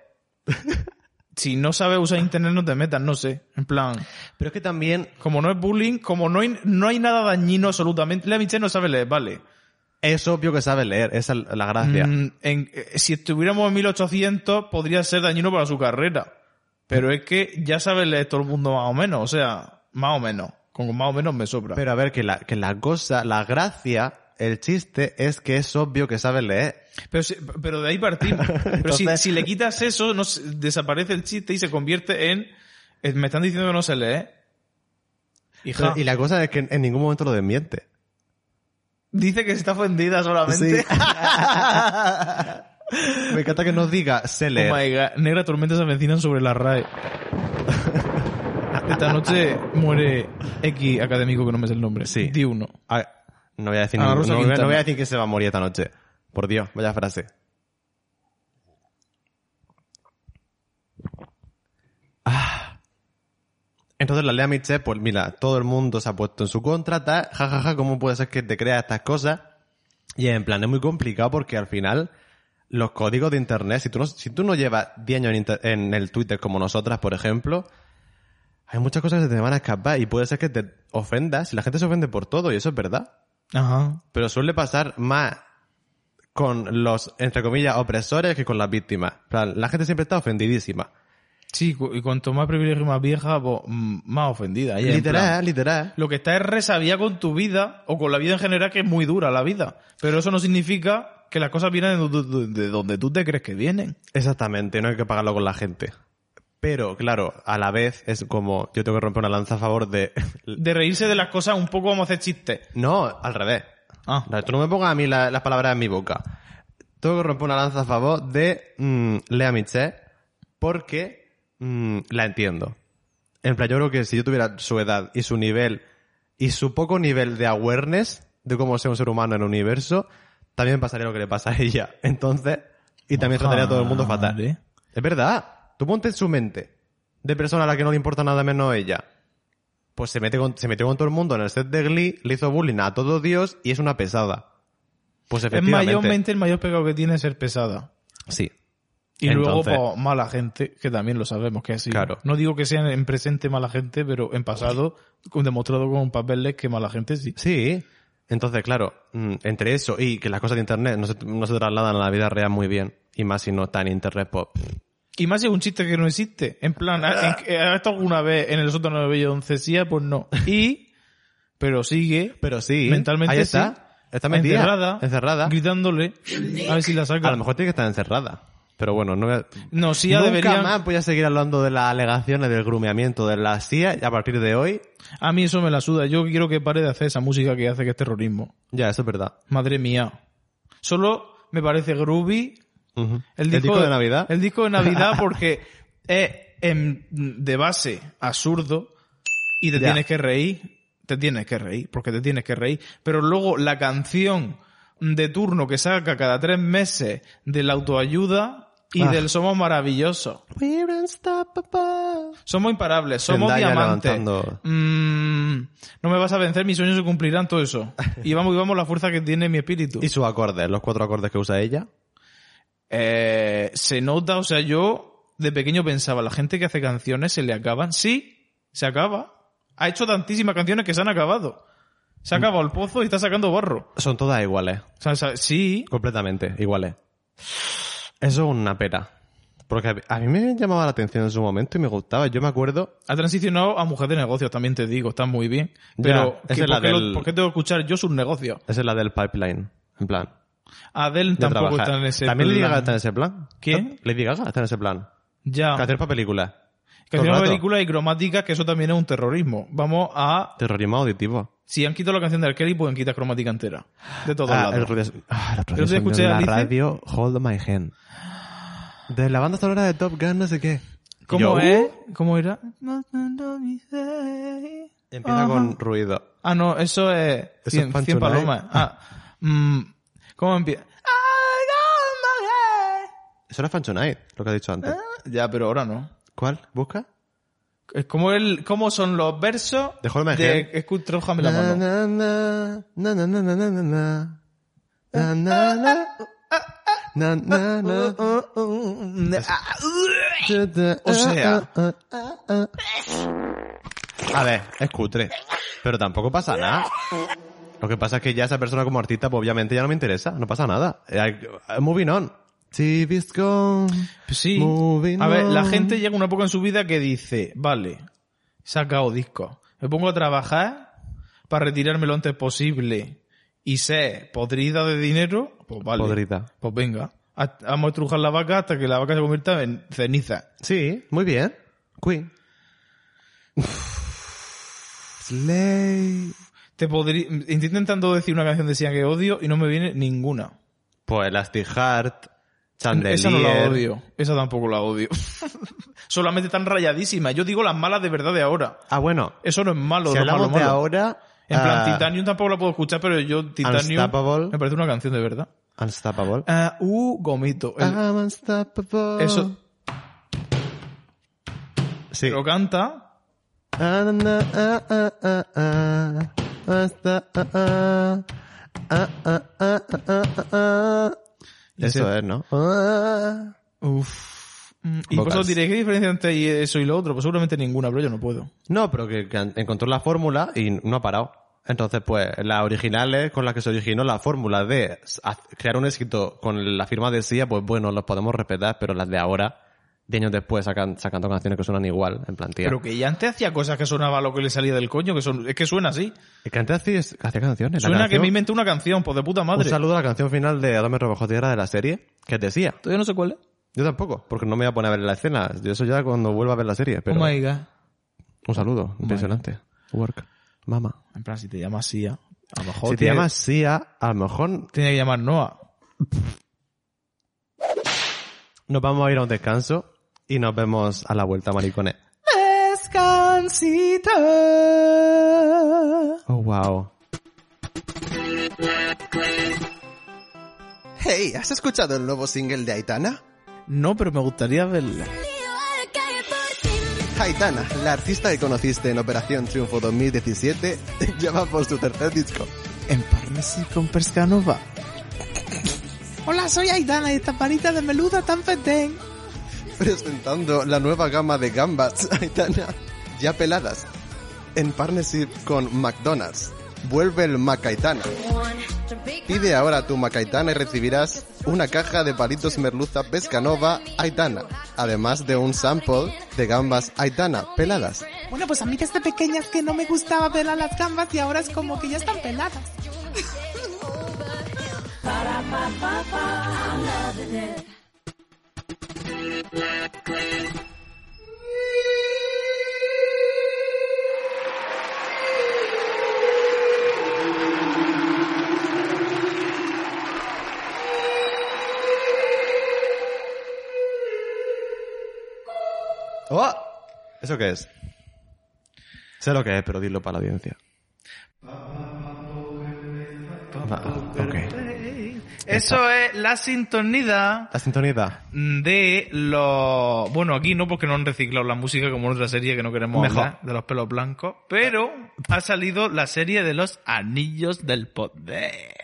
S2: Si no sabes usar internet, no te metas, no sé. En plan,
S3: Pero es que también
S2: Como no es bullying, como no hay, no hay nada dañino absolutamente. La Michelle no sabe leer, vale.
S3: es obvio que sabe leer, esa es la gracia.
S2: Mm, en- eh, si estuviéramos en 1800, podría ser dañino para su carrera. Pero es que ya sabe leer todo el mundo más o menos, o sea, más o menos. Con más o menos me sobra.
S3: Pero a ver, que la, que la cosa, la gracia, el chiste es que es obvio que sabe leer.
S2: Pero, si- pero de ahí
S3: <laughs>
S2: partimos. Pero
S3: Entonces-
S2: si, si le quitas eso, no, se- desaparece el chiste y se convierte en. eh, Me están diciendo que no se lee. Hija.
S3: Pero- y la cosa es que en, en ningún momento lo desmiente.
S2: Dice que está ofendida solamente.
S3: Sí. <laughs> Me encanta que nos diga sé leer.
S2: Oh my god, negra tormenta se avecinan sobre la RAE. Esta noche muere X académico que no me sé el nombre.
S3: Sí.
S2: Di uno.
S3: Ah, no voy a decir
S2: Ana
S3: ningún-
S2: Rosa
S3: no, voy a- no
S2: Quintana.
S3: voy a decir que se va a morir esta noche. Por Dios, vaya frase. Ah. Entonces la lea Mitchell, pues mira, todo el mundo se ha puesto en su contra, tal, jajaja, ¿cómo puede ser que te creas estas cosas? Y en plan, es muy complicado porque al final los códigos de internet, si tú no, si tú no llevas 10 años en, inter- en el Twitter como nosotras, por ejemplo, hay muchas cosas que se te van a escapar y puede ser que te ofendas. Y la gente se ofende por todo y eso es verdad.
S2: Ajá.
S3: Pero suele pasar más con los, entre comillas, opresores que con las víctimas. En plan, la gente siempre está ofendidísima.
S2: Sí, cu- y cuanto más privilegio más vieja, pues, mm, más ofendida. Y en plan,
S3: Literal, literal.
S2: Lo que está es resabía con tu vida o con la vida en general, que es muy dura la vida. Pero eso no significa que las cosas vienen de, de- de donde tú te crees que vienen.
S3: Exactamente, no hay que pagarlo con la gente. Pero, claro, a la vez es como, yo tengo que romper una lanza a favor de... <laughs>
S2: De reírse de las cosas un poco como hacer chistes.
S3: No, al revés.
S2: Ah,
S3: No, tú no me pongas a mí la- las palabras en mi boca. Tengo que romper una lanza a favor de mm, Lea Michele porque mm, la entiendo. En plan, yo creo que si yo tuviera su edad y su nivel y su poco nivel de awareness de cómo ser un ser humano en el universo, también me pasaría lo que le pasa a ella. <laughs> Entonces, y también trataría a todo el mundo fatal.
S2: Vale.
S3: Es verdad. Tú ponte en su mente de persona a la que no le importa nada menos ella. Pues se, mete con- se metió con todo el mundo en el set de Glee, le hizo bullying a todo Dios y es una pesada. Pues
S2: Es
S3: efectivamente.
S2: mayormente el mayor pecado que tiene es ser pesada.
S3: Sí.
S2: Y
S3: Entonces-
S2: luego, pues, mala gente, que también lo sabemos que es así.
S3: Claro.
S2: No digo que sean en presente mala gente, pero en pasado, con- demostrado con papeles que mala gente sí.
S3: Sí. Entonces, claro, mm, entre eso y que las cosas de internet no se, no se trasladan a la vida real muy bien. Y más si no está en internet, pues.
S2: Y más si es un chiste que no existe. En plan, ¿ha- en- ¿ha estado alguna vez en el sótano de Bello Doncesía? Pues no. Y, pero sigue
S3: Pero sí.
S2: Mentalmente
S3: Ahí está.
S2: sí.
S3: Está metida.
S2: Encerrada.
S3: Encerrada.
S2: gritándole a ver si la saca.
S3: A lo mejor tiene que estar encerrada. Pero bueno, no voy a-
S2: No, sí, ya
S3: Nunca
S2: deberían-
S3: más voy a seguir hablando de las alegaciones del grumeamiento de la CIA y a partir de hoy.
S2: A mí eso me la suda. Yo quiero que pare de hacer esa música que hace que es terrorismo.
S3: Ya, eso es verdad.
S2: Madre mía. Solo me parece groovy
S3: Ujú.
S2: El disco,
S3: de Navidad.
S2: El disco de
S3: <laughs>
S2: Navidad porque es em, de base absurdo y te
S3: Ya.
S2: tienes que reír. Te tienes que reír, porque te tienes que reír. Pero luego la canción de turno que saca cada tres meses de la autoayuda y
S3: Ah.
S2: del Somos Maravillosos.
S3: We're unstoppable.
S2: Somos imparables, somos
S3: Zendaya
S2: diamantes.
S3: levantando.
S2: Mm, no me vas a vencer, mis sueños se cumplirán, todo eso.
S3: <laughs>
S2: Y vamos, y vamos la fuerza que tiene mi espíritu.
S3: Y sus acordes, los cuatro acordes que usa ella.
S2: Eh, se nota, o sea, yo de pequeño pensaba, la gente que hace canciones se le acaban. Sí, se acaba. Ha hecho tantísimas canciones que se han acabado. Se ha
S3: Mm.
S2: acabado el pozo y está sacando barro.
S3: Son todas iguales.
S2: O sea, sa- sí,
S3: Completamente iguales. Eso es una pena. Porque a- a mí me llamaba la atención en su momento y me gustaba. Yo me acuerdo.
S2: ha transicionado a mujer de negocios, también te digo, está muy bien.
S3: Ya,
S2: Pero,
S3: esa
S2: ¿qué-
S3: es la
S2: por, qué lo-
S3: del-
S2: por qué tengo que escuchar yo sus negocios?
S3: Esa es la del pipeline. En plan.
S2: Adele
S3: de
S2: tampoco
S3: trabajar.
S2: está en ese
S3: También Lady
S2: plan.
S3: Gaga está en ese plan.
S2: ¿Quién? Ah.
S3: Lady Gaga está en ese plan.
S2: Ya,
S3: Que hacer para películas.
S2: que
S3: todo el
S2: tiene una
S3: rato.
S2: película y cromática, que eso también es un terrorismo. Vamos a...
S3: Terrorismo auditivo.
S2: Si han quitado la canción de R. Kelly, pueden quitar cromática entera. De todos
S3: Ah,
S2: lados.
S3: el otro día- ah, el otro día
S2: Yo te
S3: salió
S2: escuché
S3: en la
S2: a Alice.
S3: radio Hold My Hand. De la banda sonora de Top Gun, no sé qué. Y
S2: ¿Cómo
S3: yo,
S2: es? ¿Cómo era?
S3: "Uh", Empieza
S2: Ajá.
S3: con ruido.
S2: Ah, no, eso es
S3: es
S2: 100,
S3: Pancho
S2: 100
S3: Lai.
S2: palomas. Ah, mm, ¿Cómo empieza?
S3: Eso era Fancho Night, lo que has dicho antes.
S2: Ya, pero ahora no.
S3: ¿Cuál? ¿Busca?
S2: Es como el, cómo son los versos
S3: De Hold My
S2: de
S3: Hand.
S2: Escucha, trójame la
S3: Na,
S2: mano.
S3: na, na, na, na, na, na, na, na, na. Na, na, na. Na, na, na. Da, da,
S2: O sea.
S3: ah, ah, ah, ah. A ver, es cutre. Pero tampoco pasa nada. Lo que pasa es que ya esa persona como artista, pues obviamente ya no me interesa. No pasa nada. Eh, I- Moving on. TV's gone.
S2: Pues sí.
S3: Moving
S2: A ver, la
S3: on.
S2: gente llega una poco en su vida que dice, vale, he sacado discos, me pongo a trabajar para retirarme lo antes posible y sé podrida de dinero, pues vale.
S3: Podrida.
S2: Pues venga, hasta- vamos a estrujar la vaca hasta que la vaca se convierta en ceniza.
S3: Sí, muy bien. Queen. Slay.
S2: Te podrí- Estoy intentando decir una canción de Sia que odio y no me viene ninguna.
S3: Pues Elastic Heart. Chandelier.
S2: Esa no la odio. Esa tampoco la odio. <laughs> Solamente tan rayadísima. Yo digo las malas de verdad de ahora.
S3: Ah, bueno.
S2: Eso no es malo.
S3: si
S2: no es malo,
S3: hablamos de
S2: malo.
S3: ahora...
S2: En plan,
S3: ah,
S2: Titanium tampoco la puedo escuchar, pero yo Titanium
S3: Unstoppable.
S2: me parece una canción de verdad.
S3: Unstoppable.
S2: Ah, uh, gomito. El-
S3: I'm unstoppable.
S2: Eso
S3: Sí.
S2: lo canta.
S3: Ah, na, na, ah, ah, ah, ah. Unsta- ah, ah. Ah, ah, ah, ah, ah, ah.
S2: Y
S3: Eso
S2: se-
S3: es, ¿no? Ah.
S2: Uf. Mm,
S3: Vocals.
S2: Y vosotros diréis, ¿qué diferencia entre eso y lo otro? Pues seguramente ninguna, pero yo no puedo.
S3: No, pero que, que encontró la fórmula y no ha parado. Entonces, pues, las originales con las que se originó la fórmula de s- haz- crear un éxito con la firma de Sia, pues bueno, los podemos respetar, pero las de ahora, 10 años después, sacan, sacando canciones que suenan igual, en plan, tía.
S2: Pero que ya antes hacía cosas que sonaba lo que le salía del coño, que son, es que suena así.
S3: Es que antes hacías- hacía canciones. la
S2: Suena que
S3: canción-
S2: me inventé una canción, pues de puta madre.
S3: Un saludo a la canción final de Adame Robajo Tierra de la serie, que es de Sia.
S2: Todavía no sé cuál es.
S3: Yo tampoco, porque no me voy a poner a ver la escena. Yo eso ya cuando vuelva a ver la serie, pero...
S2: Oh my god.
S3: Un saludo, impresionante. Work. Mama.
S2: En plan, si te llamas Sia, a lo mejor
S3: Si te
S2: tiene-
S3: llamas Sia, a lo mejor
S2: Tenía que llamar Noah.
S3: Nos vamos a ir a un descanso y nos vemos a la vuelta, maricones.
S2: Descansito.
S3: Oh, wow.
S5: Hey, ¿has escuchado el nuevo single de Aitana?
S2: No, pero me gustaría verla.
S5: Aitana, la artista que conociste en Operación Triunfo <laughs> 2017, llama por su tercer disco.
S2: Emparnarse con Perscanova. Hola, soy Aitana y esta panita de meluda tan fetén.
S5: Presentando la nueva gama de gambas, <laughs> Aitana, ya peladas. En partnership con McDonald's. Vuelve el Macaitana. Pide ahora tu Macaitana y recibirás una caja de palitos merluza pescanova Aitana. Además de un sample de gambas Aitana peladas.
S4: Bueno, pues a mí desde pequeña es que no me gustaba pelar las gambas y ahora es como que ya están peladas.
S3: Oh, ¿Eso qué es? Sé lo que es, pero dilo para la audiencia. Va, ok.
S2: Eso es la sintonía
S3: La sintonía.
S2: de los... Bueno, aquí no, porque no han reciclado la música como en otra serie que no queremos
S3: Mejor.
S2: hablar, de los pelos blancos. Pero ha salido la serie de los anillos del <laughs> poder.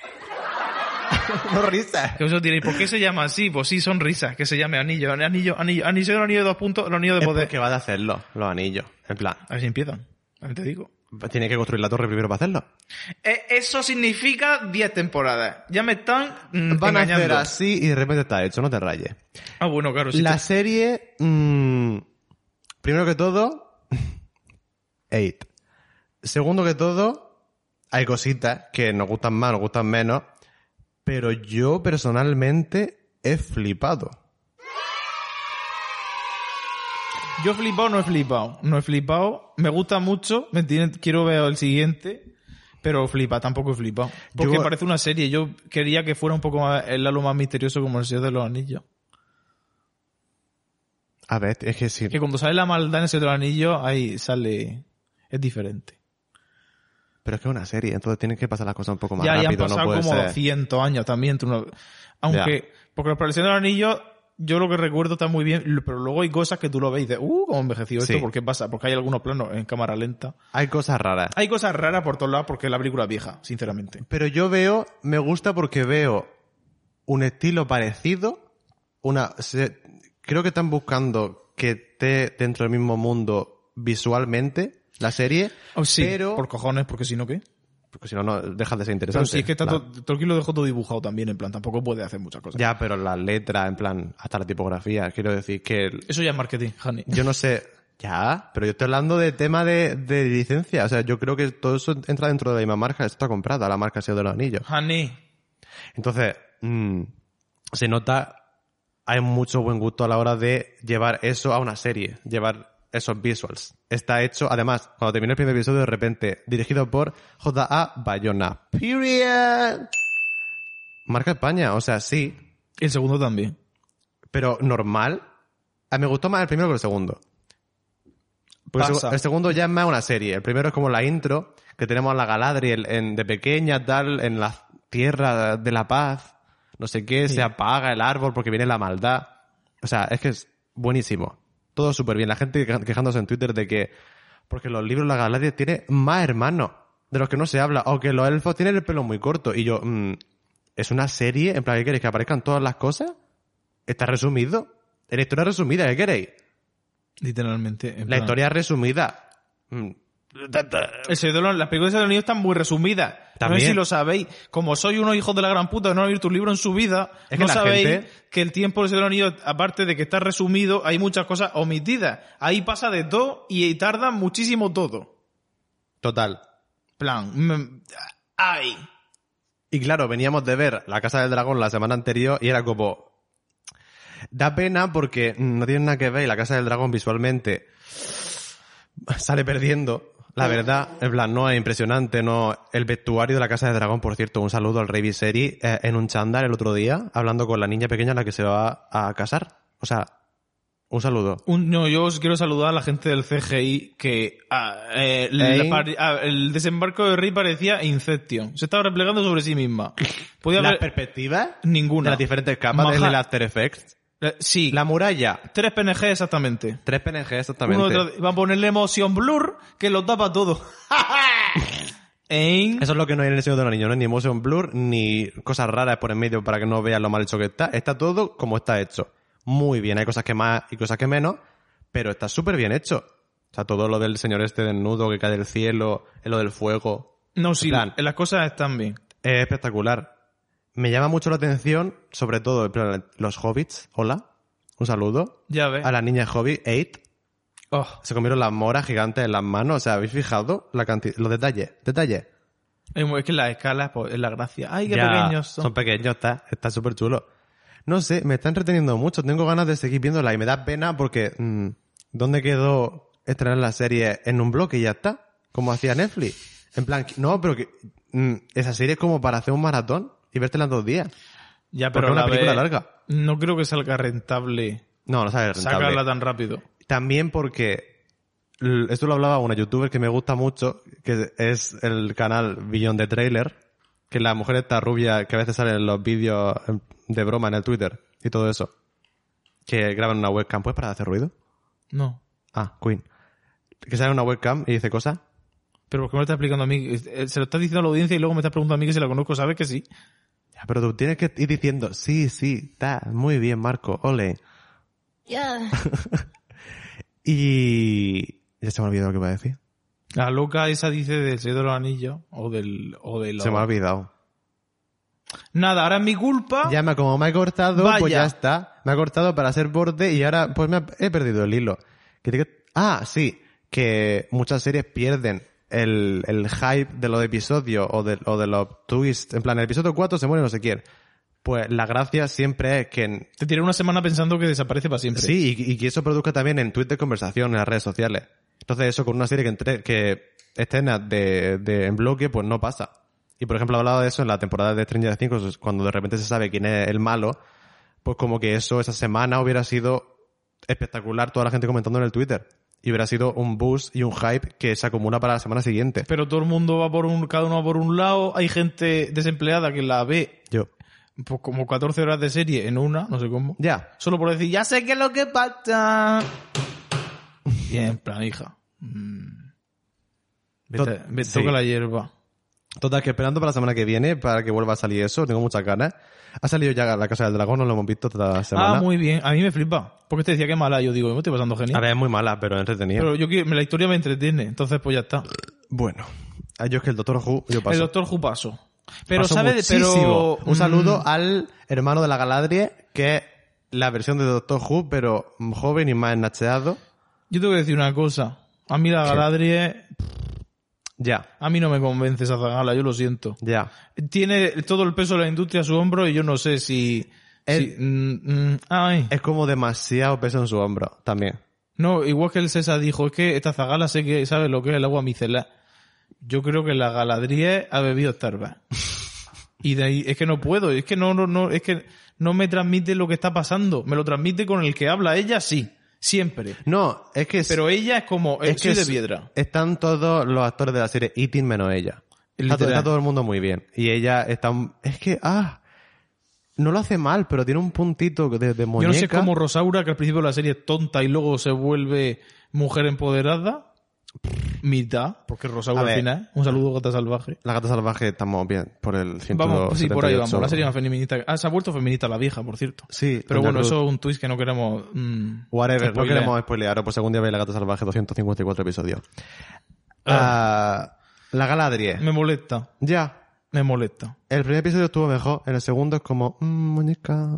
S5: ¡No risas!
S2: Que vosotros diréis, ¿por qué se llama así? Pues sí, son risas, que se llame anillo, anillo, anillo, anillo, anillo de dos puntos, el anillo de poder.
S3: Es que van a hacerlo, los anillos. En plan,
S2: A ver si empiezan. A ver, te digo.
S3: tiene que construir la torre primero para hacerlo.
S2: Eh, eso significa 10 temporadas. Ya me están mm,
S3: Van a hacer
S2: engañando.
S3: así y de repente está hecho, no te rayes.
S2: Ah, bueno, claro. sí
S3: La
S2: te-
S3: serie, mm, primero que todo, <laughs> Eight. Segundo que todo, hay cositas que nos gustan más, nos gustan menos, pero yo personalmente he flipado.
S2: Yo he flipado, no he flipado. No he flipado. Me gusta mucho. Me tiene- Quiero ver el siguiente. Pero flipa, tampoco he flipado. Porque
S3: Yo-
S2: parece una serie. Yo quería que fuera un poco más, el halo más misterioso como el Señor de los Anillos.
S3: A ver, es que sí.
S2: Que cuando sale la maldad en el Señor de los Anillos, ahí sale. Es diferente.
S3: Pero es que es una serie, entonces tienen que pasar las cosas un poco más
S2: ya, ya han
S3: rápido, no
S2: pasado
S3: puede
S2: como
S3: ser.
S2: 200 años también. entre uno- Aunque, porque la aparición del anillo, yo lo que recuerdo está muy bien, l- pero luego hay cosas que tú lo ves y dices, uh, cómo envejeció
S3: Sí.
S2: esto, ¿por qué pasa? Porque hay algunos planos en cámara lenta.
S3: Hay cosas raras.
S2: Hay cosas raras por todos lados porque la película es vieja, sinceramente.
S3: Pero yo veo, me gusta porque veo un estilo parecido, una se- creo que están buscando que esté dentro del mismo mundo visualmente la serie, pero
S2: Oh, por cojones, porque si no, ¿qué?
S3: porque si no no deja de ser
S2: Pero
S3: interesante.
S2: si es que está
S3: La-
S2: to- Tolkien lo dejó todo dibujado también, en plan, tampoco puede hacer muchas cosas.
S3: ya, pero las letras, en plan, hasta la tipografía, quiero decir que el-
S2: Eso ya es marketing, honey.
S3: yo no sé, ya, pero yo estoy hablando de tema de, de licencia, o sea, yo creo que todo eso entra dentro de la misma marca, esto está comprada, la marca Señor de los Anillos.
S2: Honey.
S3: Entonces, mm, se nota, hay mucho buen gusto a la hora de llevar eso a una serie, llevar esos visuals. Está hecho, además, cuando termina el primer episodio, de repente, dirigido por J.A. Bayona. Period. Marca España, o sea, sí,
S2: El segundo también.
S3: pero normal. Ah, Me gustó más el primero que el segundo. Porque el
S2: Pasa.
S3: seg- el segundo ya es más una serie. El primero es como la intro, que tenemos a la Galadriel en, de pequeña, tal, en la tierra de la paz, no sé qué, se apaga el árbol porque viene la maldad. O sea, es que es buenísimo. Todo súper bien. La gente que- quejándose en Twitter de que, porque los libros de la Galadriel tiene más hermanos. de los que no se habla, o que los elfos tienen el pelo muy corto. Y yo, mm, ¿es una serie? ¿En plan qué queréis? ¿Que aparezcan todas las cosas? ¿Está resumido? ¿En la historia resumida? ¿Qué queréis?
S2: Literalmente. en
S3: La
S2: plan-
S3: historia resumida. Mm, ta- ta-
S2: El Señor de los- las películas de Estados Unidos están muy resumidas. No
S3: También.
S2: sé si lo sabéis. Como soy unos hijos de la gran puta de no leer tu libro en su vida,
S3: Es que
S2: no
S3: la
S2: sabéis
S3: gente-
S2: que el tiempo del Señor de los Anillos, aparte de que está resumido, hay muchas cosas omitidas. Ahí pasa de todo y tarda muchísimo todo.
S3: Total.
S2: Plan, mm, ay.
S3: Y claro, veníamos de ver La Casa del Dragón la semana anterior y era como... Da pena porque no tiene nada que ver y La Casa del Dragón visualmente sale perdiendo. La verdad, en plan, no es impresionante, no... El vestuario de La Casa del Dragón, por cierto, un saludo al Rey Viserys eh, en un chándal el otro día, hablando con la niña pequeña a la que se va a casar. O sea, un saludo.
S2: Un- no, yo os quiero saludar a la gente del CGI que ah, eh,
S3: Ey.
S2: la pari- ah, el desembarco de Rey parecía Inception. Se estaba replegando sobre sí misma. Podía
S3: Las
S2: haber
S3: perspectivas de
S2: ninguna.
S3: las diferentes capas
S2: Maja-
S3: desde el After Effects.
S2: Eh, sí,
S3: La muralla,
S2: tres PNG exactamente.
S3: tres PNG exactamente.
S2: Uno detrás de- Van a ponerle emoción blur que lo
S3: <laughs>
S2: tapa todo. En-
S3: Eso es lo que no hay en el Señor de los Anillos, no es ni motion blur, ni cosas raras por en medio para que no veas lo mal hecho que está. Está todo como está hecho. Muy bien, hay cosas que más y cosas que menos, pero está súper bien hecho. O sea, todo lo del señor este desnudo que cae del cielo, lo del fuego,
S2: No, sí,
S3: en plan-
S2: las cosas están bien.
S3: es espectacular. Me llama mucho la atención, sobre todo, en plan, los hobbits, hola, un saludo.
S2: Ya ves.
S3: A la niña hobbit, Eight,
S2: Oh,
S3: se comieron las moras gigantes en las manos, o sea, ¿habéis fijado la canti- los detalles? Detalles.
S2: es que las escalas, pues, es la gracia. Ay, qué
S3: Ya,
S2: pequeños son.
S3: pequeños, está, está súper chulo. No sé, me están reteniendo mucho. Tengo ganas de seguir viéndola y me da pena porque mm, ¿dónde quedó estrenar la serie en un bloque y ya está? Como hacía Netflix. En plan, no, pero que mm, esa serie es como para hacer un maratón y vértela en dos días.
S2: Ya,
S3: Porque
S2: pero
S3: es una
S2: a la
S3: película
S2: vez,
S3: larga.
S2: No creo que salga rentable,
S3: No, no sabes rentable.
S2: sacarla tan rápido.
S3: También porque l- esto lo hablaba una youtuber que me gusta mucho, que es el canal Billón de Trailer, que la mujer está rubia que a veces sale en los vídeos em, de broma en el Twitter y todo eso. Que graban una webcam, ¿puedes parar de hacer ruido?
S2: No.
S3: Ah, Queen. Que sale en una webcam y dice cosas.
S2: Pero ¿por qué me lo estás explicando a mí? Eh, Se lo estás diciendo a la audiencia y luego me estás preguntando a mí que si la conozco. ¿Sabes que sí?
S3: Ya, Pero tú tienes que ir diciendo, sí, sí, está, muy bien, Marco, ole. <laughs> Y... Ya se me ha olvidado lo que iba a decir.
S2: La loca esa dice del Señor de los Anillos o del... O de los...
S3: Se me ha olvidado.
S2: Nada, ahora es mi culpa.
S3: Ya me, como me he cortado, pues
S2: Vaya.
S3: ya está. Me ha cortado para ser borde y ahora pues me ha- he perdido el hilo. Que te- Ah, sí, que muchas series pierden el, el hype de los episodios o de, o de los twists. En plan, el episodio 4 se muere no sé quién. Pues la gracia siempre es que... en-
S2: Te tiré una semana pensando que desaparece para siempre.
S3: Sí, y, y que eso produzca también en tweets de conversación, en las redes sociales. Entonces eso con una serie que, entre, que escena de, de- en bloque, pues no pasa. Y por ejemplo, hablaba de eso en la temporada de Stranger Things, pues, cuando de repente se sabe quién es el malo, pues como que eso esa semana hubiera sido espectacular toda la gente comentando en el Twitter. Y hubiera sido un boost y un hype que se acumula para la semana siguiente.
S2: Pero todo el mundo va por un, cada uno va por un lado. Hay gente desempleada que la ve
S3: Yo.
S2: pues, como 14 horas de serie en una, no sé cómo.
S3: Ya.
S2: Solo por decir, ya sé qué es lo que pasa. Bien, en plan, hija. Mm. Vete,
S3: Tot-
S2: vete,
S3: sí.
S2: toca la hierba.
S3: Total, que esperando para la semana que viene, para que vuelva a salir eso, tengo muchas ganas. Ha salido ya La Casa del Dragón, no lo hemos visto esta semana.
S2: Ah, muy bien. A mí me flipa. Porque te decía que mala. Yo digo, me estoy pasando genial.
S3: A ver, es muy mala, pero es entretenida.
S2: Pero yo que- la historia me entretiene. Entonces, pues ya está.
S3: Bueno, ah, yo es que el Doctor Who, yo paso.
S2: El doctor Jupaso. Pero,
S3: Paso
S2: ¿sabes? Pero,
S3: muchísimo. Un saludo
S2: mm,
S3: al hermano de la Galadriel, que es la versión de Doctor Who, pero joven y más ennacheado.
S2: Yo tengo que decir una cosa. A mí la Galadriel
S3: Ya,
S2: A mí no me convence esa zagala, yo lo siento.
S3: ya.
S2: Tiene todo el peso de la industria a su hombro y yo no sé si...
S3: El-
S2: si- mm, mm, ay.
S3: Es como demasiado peso en su hombro, también.
S2: No, igual que el César dijo, es que esta zagala sé que sabe lo que es el agua micelar. Yo creo que la Galadriel ha
S3: <laughs>
S2: bebido Starbucks. Y de ahí, es que no puedo, es que no, no, no, es que no me transmite lo que está pasando. Me lo transmite con el que habla ella, sí. Siempre.
S3: No, es que... es-
S2: Pero ella es como,
S3: es
S2: es
S3: que
S2: de
S3: es-
S2: piedra.
S3: Están todos los actores de la serie E Eating menos ella. Está, to-
S2: Literal.
S3: está todo el mundo muy bien. Y ella está... un- Es que, ah... No lo hace mal, pero tiene un puntito de, de
S2: Yo
S3: muñeca.
S2: no sé cómo Rosaura, que al principio de la serie es tonta y luego se vuelve mujer empoderada, mitad, porque Rosaura
S3: A
S2: al
S3: ver.
S2: final, un saludo gata salvaje.
S3: La gata salvaje estamos bien por el 178.
S2: Vamos, sí, por ahí vamos. La serie más feminista. Ah, se ha vuelto feminista la vieja, por cierto.
S3: Sí,
S2: Pero
S3: Doña
S2: bueno,
S3: Ruth.
S2: eso es un twist que no queremos. mm,
S3: Whatever, no
S2: spoilear.
S3: queremos spoilearos, por según día veis La Gata Salvaje, 254 episodios. Ah, la Galadriel.
S2: Me molesta,
S3: Ya.
S2: me molesta.
S3: El primer episodio estuvo mejor, en el segundo es como, "Mm, muñeca.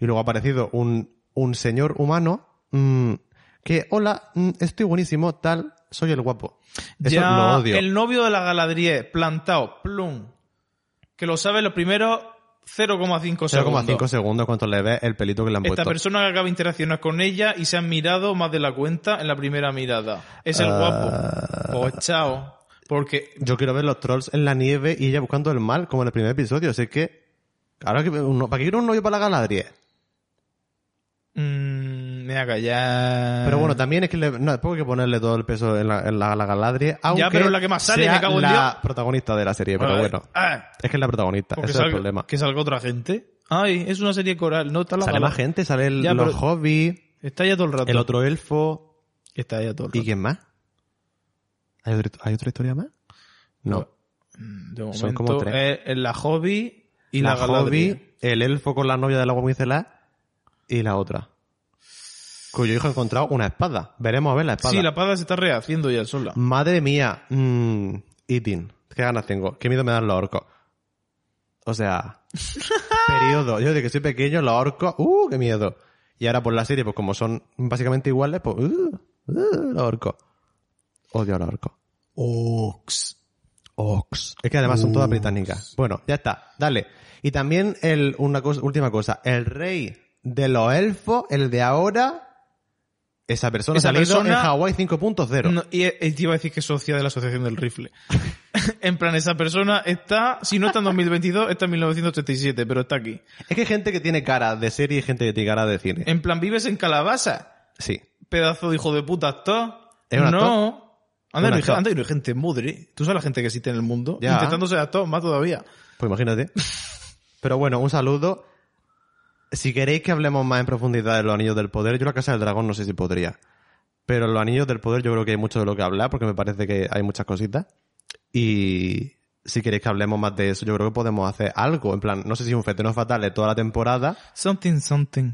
S3: Y luego ha aparecido un, un señor humano mm, que, hola, mm, estoy buenísimo, tal, soy el guapo. Eso
S2: ya
S3: lo odio.
S2: El novio de la Galadriel, plantado, plum. Que lo sabe los primeros 0,5
S3: 0,5
S2: segundos.
S3: segundos cuando le ves el pelito que le han
S2: Esta
S3: puesto.
S2: persona que acaba de interaccionar con ella y se han mirado más de la cuenta en la primera mirada. Es el
S3: Ah.
S2: guapo. Pues chao. Porque
S3: Yo quiero ver los trolls en la nieve y ella buscando el mal, como en el primer episodio. Así que, ahora que, uno, ¿para qué quiero un novio para la Galadriel?
S2: Mm, me voy a callar.
S3: Pero bueno, también es que le, no, tengo que ponerle todo el peso en la, en la, la Galadriel, aunque
S2: pero es la que más sale,
S3: sea
S2: me cago en
S3: la
S2: Dios.
S3: protagonista de la serie, pero
S2: Ah,
S3: bueno.
S2: ah,
S3: Es que es la protagonista,
S2: o
S3: ese
S2: que
S3: es el
S2: salga-
S3: problema.
S2: Que salga otra gente. Ay, es una serie coral. No está la
S3: Sale
S2: palabra.
S3: más gente, sale el,
S2: Ya,
S3: los
S2: pero-
S3: hobbies,
S2: Está ya todo el rato.
S3: el otro elfo,
S2: Está ya todo el
S3: ¿y
S2: rato.
S3: quién más? ¿Hay, otro- hay otra historia más? No.
S2: Mm, De
S3: Son
S2: momento,
S3: como tres.
S2: eh, eh, la hobby y
S3: la
S2: la, Galadriel.
S3: hobby, el elfo con la novia del agua micelar y la otra. Cuyo hijo ha encontrado una espada. Veremos a ver la espada.
S2: Sí, la espada se está rehaciendo ya sola.
S3: Madre mía, mm, eating. ¿Qué ganas tengo? ¿Qué miedo me dan los orcos? O sea,
S2: <laughs>
S3: periodo. Yo desde que soy pequeño, los orcos, ¡uh, qué miedo! Y ahora por la serie, pues como son básicamente iguales, pues, ¡uh, uh, los orcos! Odio a los orcos. Ox. Ox. Es que además son todas británicas. Bueno, ya está, dale. Y también, el, una cosa, última cosa, el rey de los elfos, el de ahora, esa persona
S2: Esa
S3: ha salido en
S2: persona-
S3: Hawái 5.0.
S2: No, y eh, te iba a decir que es socia de la Asociación del Rifle.
S3: <laughs>
S2: en plan, esa persona está, si no está en 2022, está en 1987, pero está aquí.
S3: Es que hay gente que tiene cara de serie y gente que tiene cara de cine.
S2: En plan, vives en Calabaza.
S3: Sí.
S2: pedazo de hijo de puta actor.
S3: ¿Es un
S2: No. Anda,
S3: Un
S2: que no hay
S3: actor.
S2: gen- anda que no hay gente mudre. Tú sabes la gente que existe en el mundo.
S3: Ya.
S2: Intentando ser actor, más todavía.
S3: Pues <laughs> imagínate. Pero bueno, un saludo. Si queréis que hablemos más en profundidad de los anillos del poder, yo la casa del dragón no sé si podría. Pero los anillos del poder yo creo que hay mucho de lo que hablar porque me parece que hay muchas cositas. Y si queréis que hablemos más de eso, yo creo que podemos hacer algo. En plan, no sé si un feteno fatal de toda la temporada
S2: Something, something.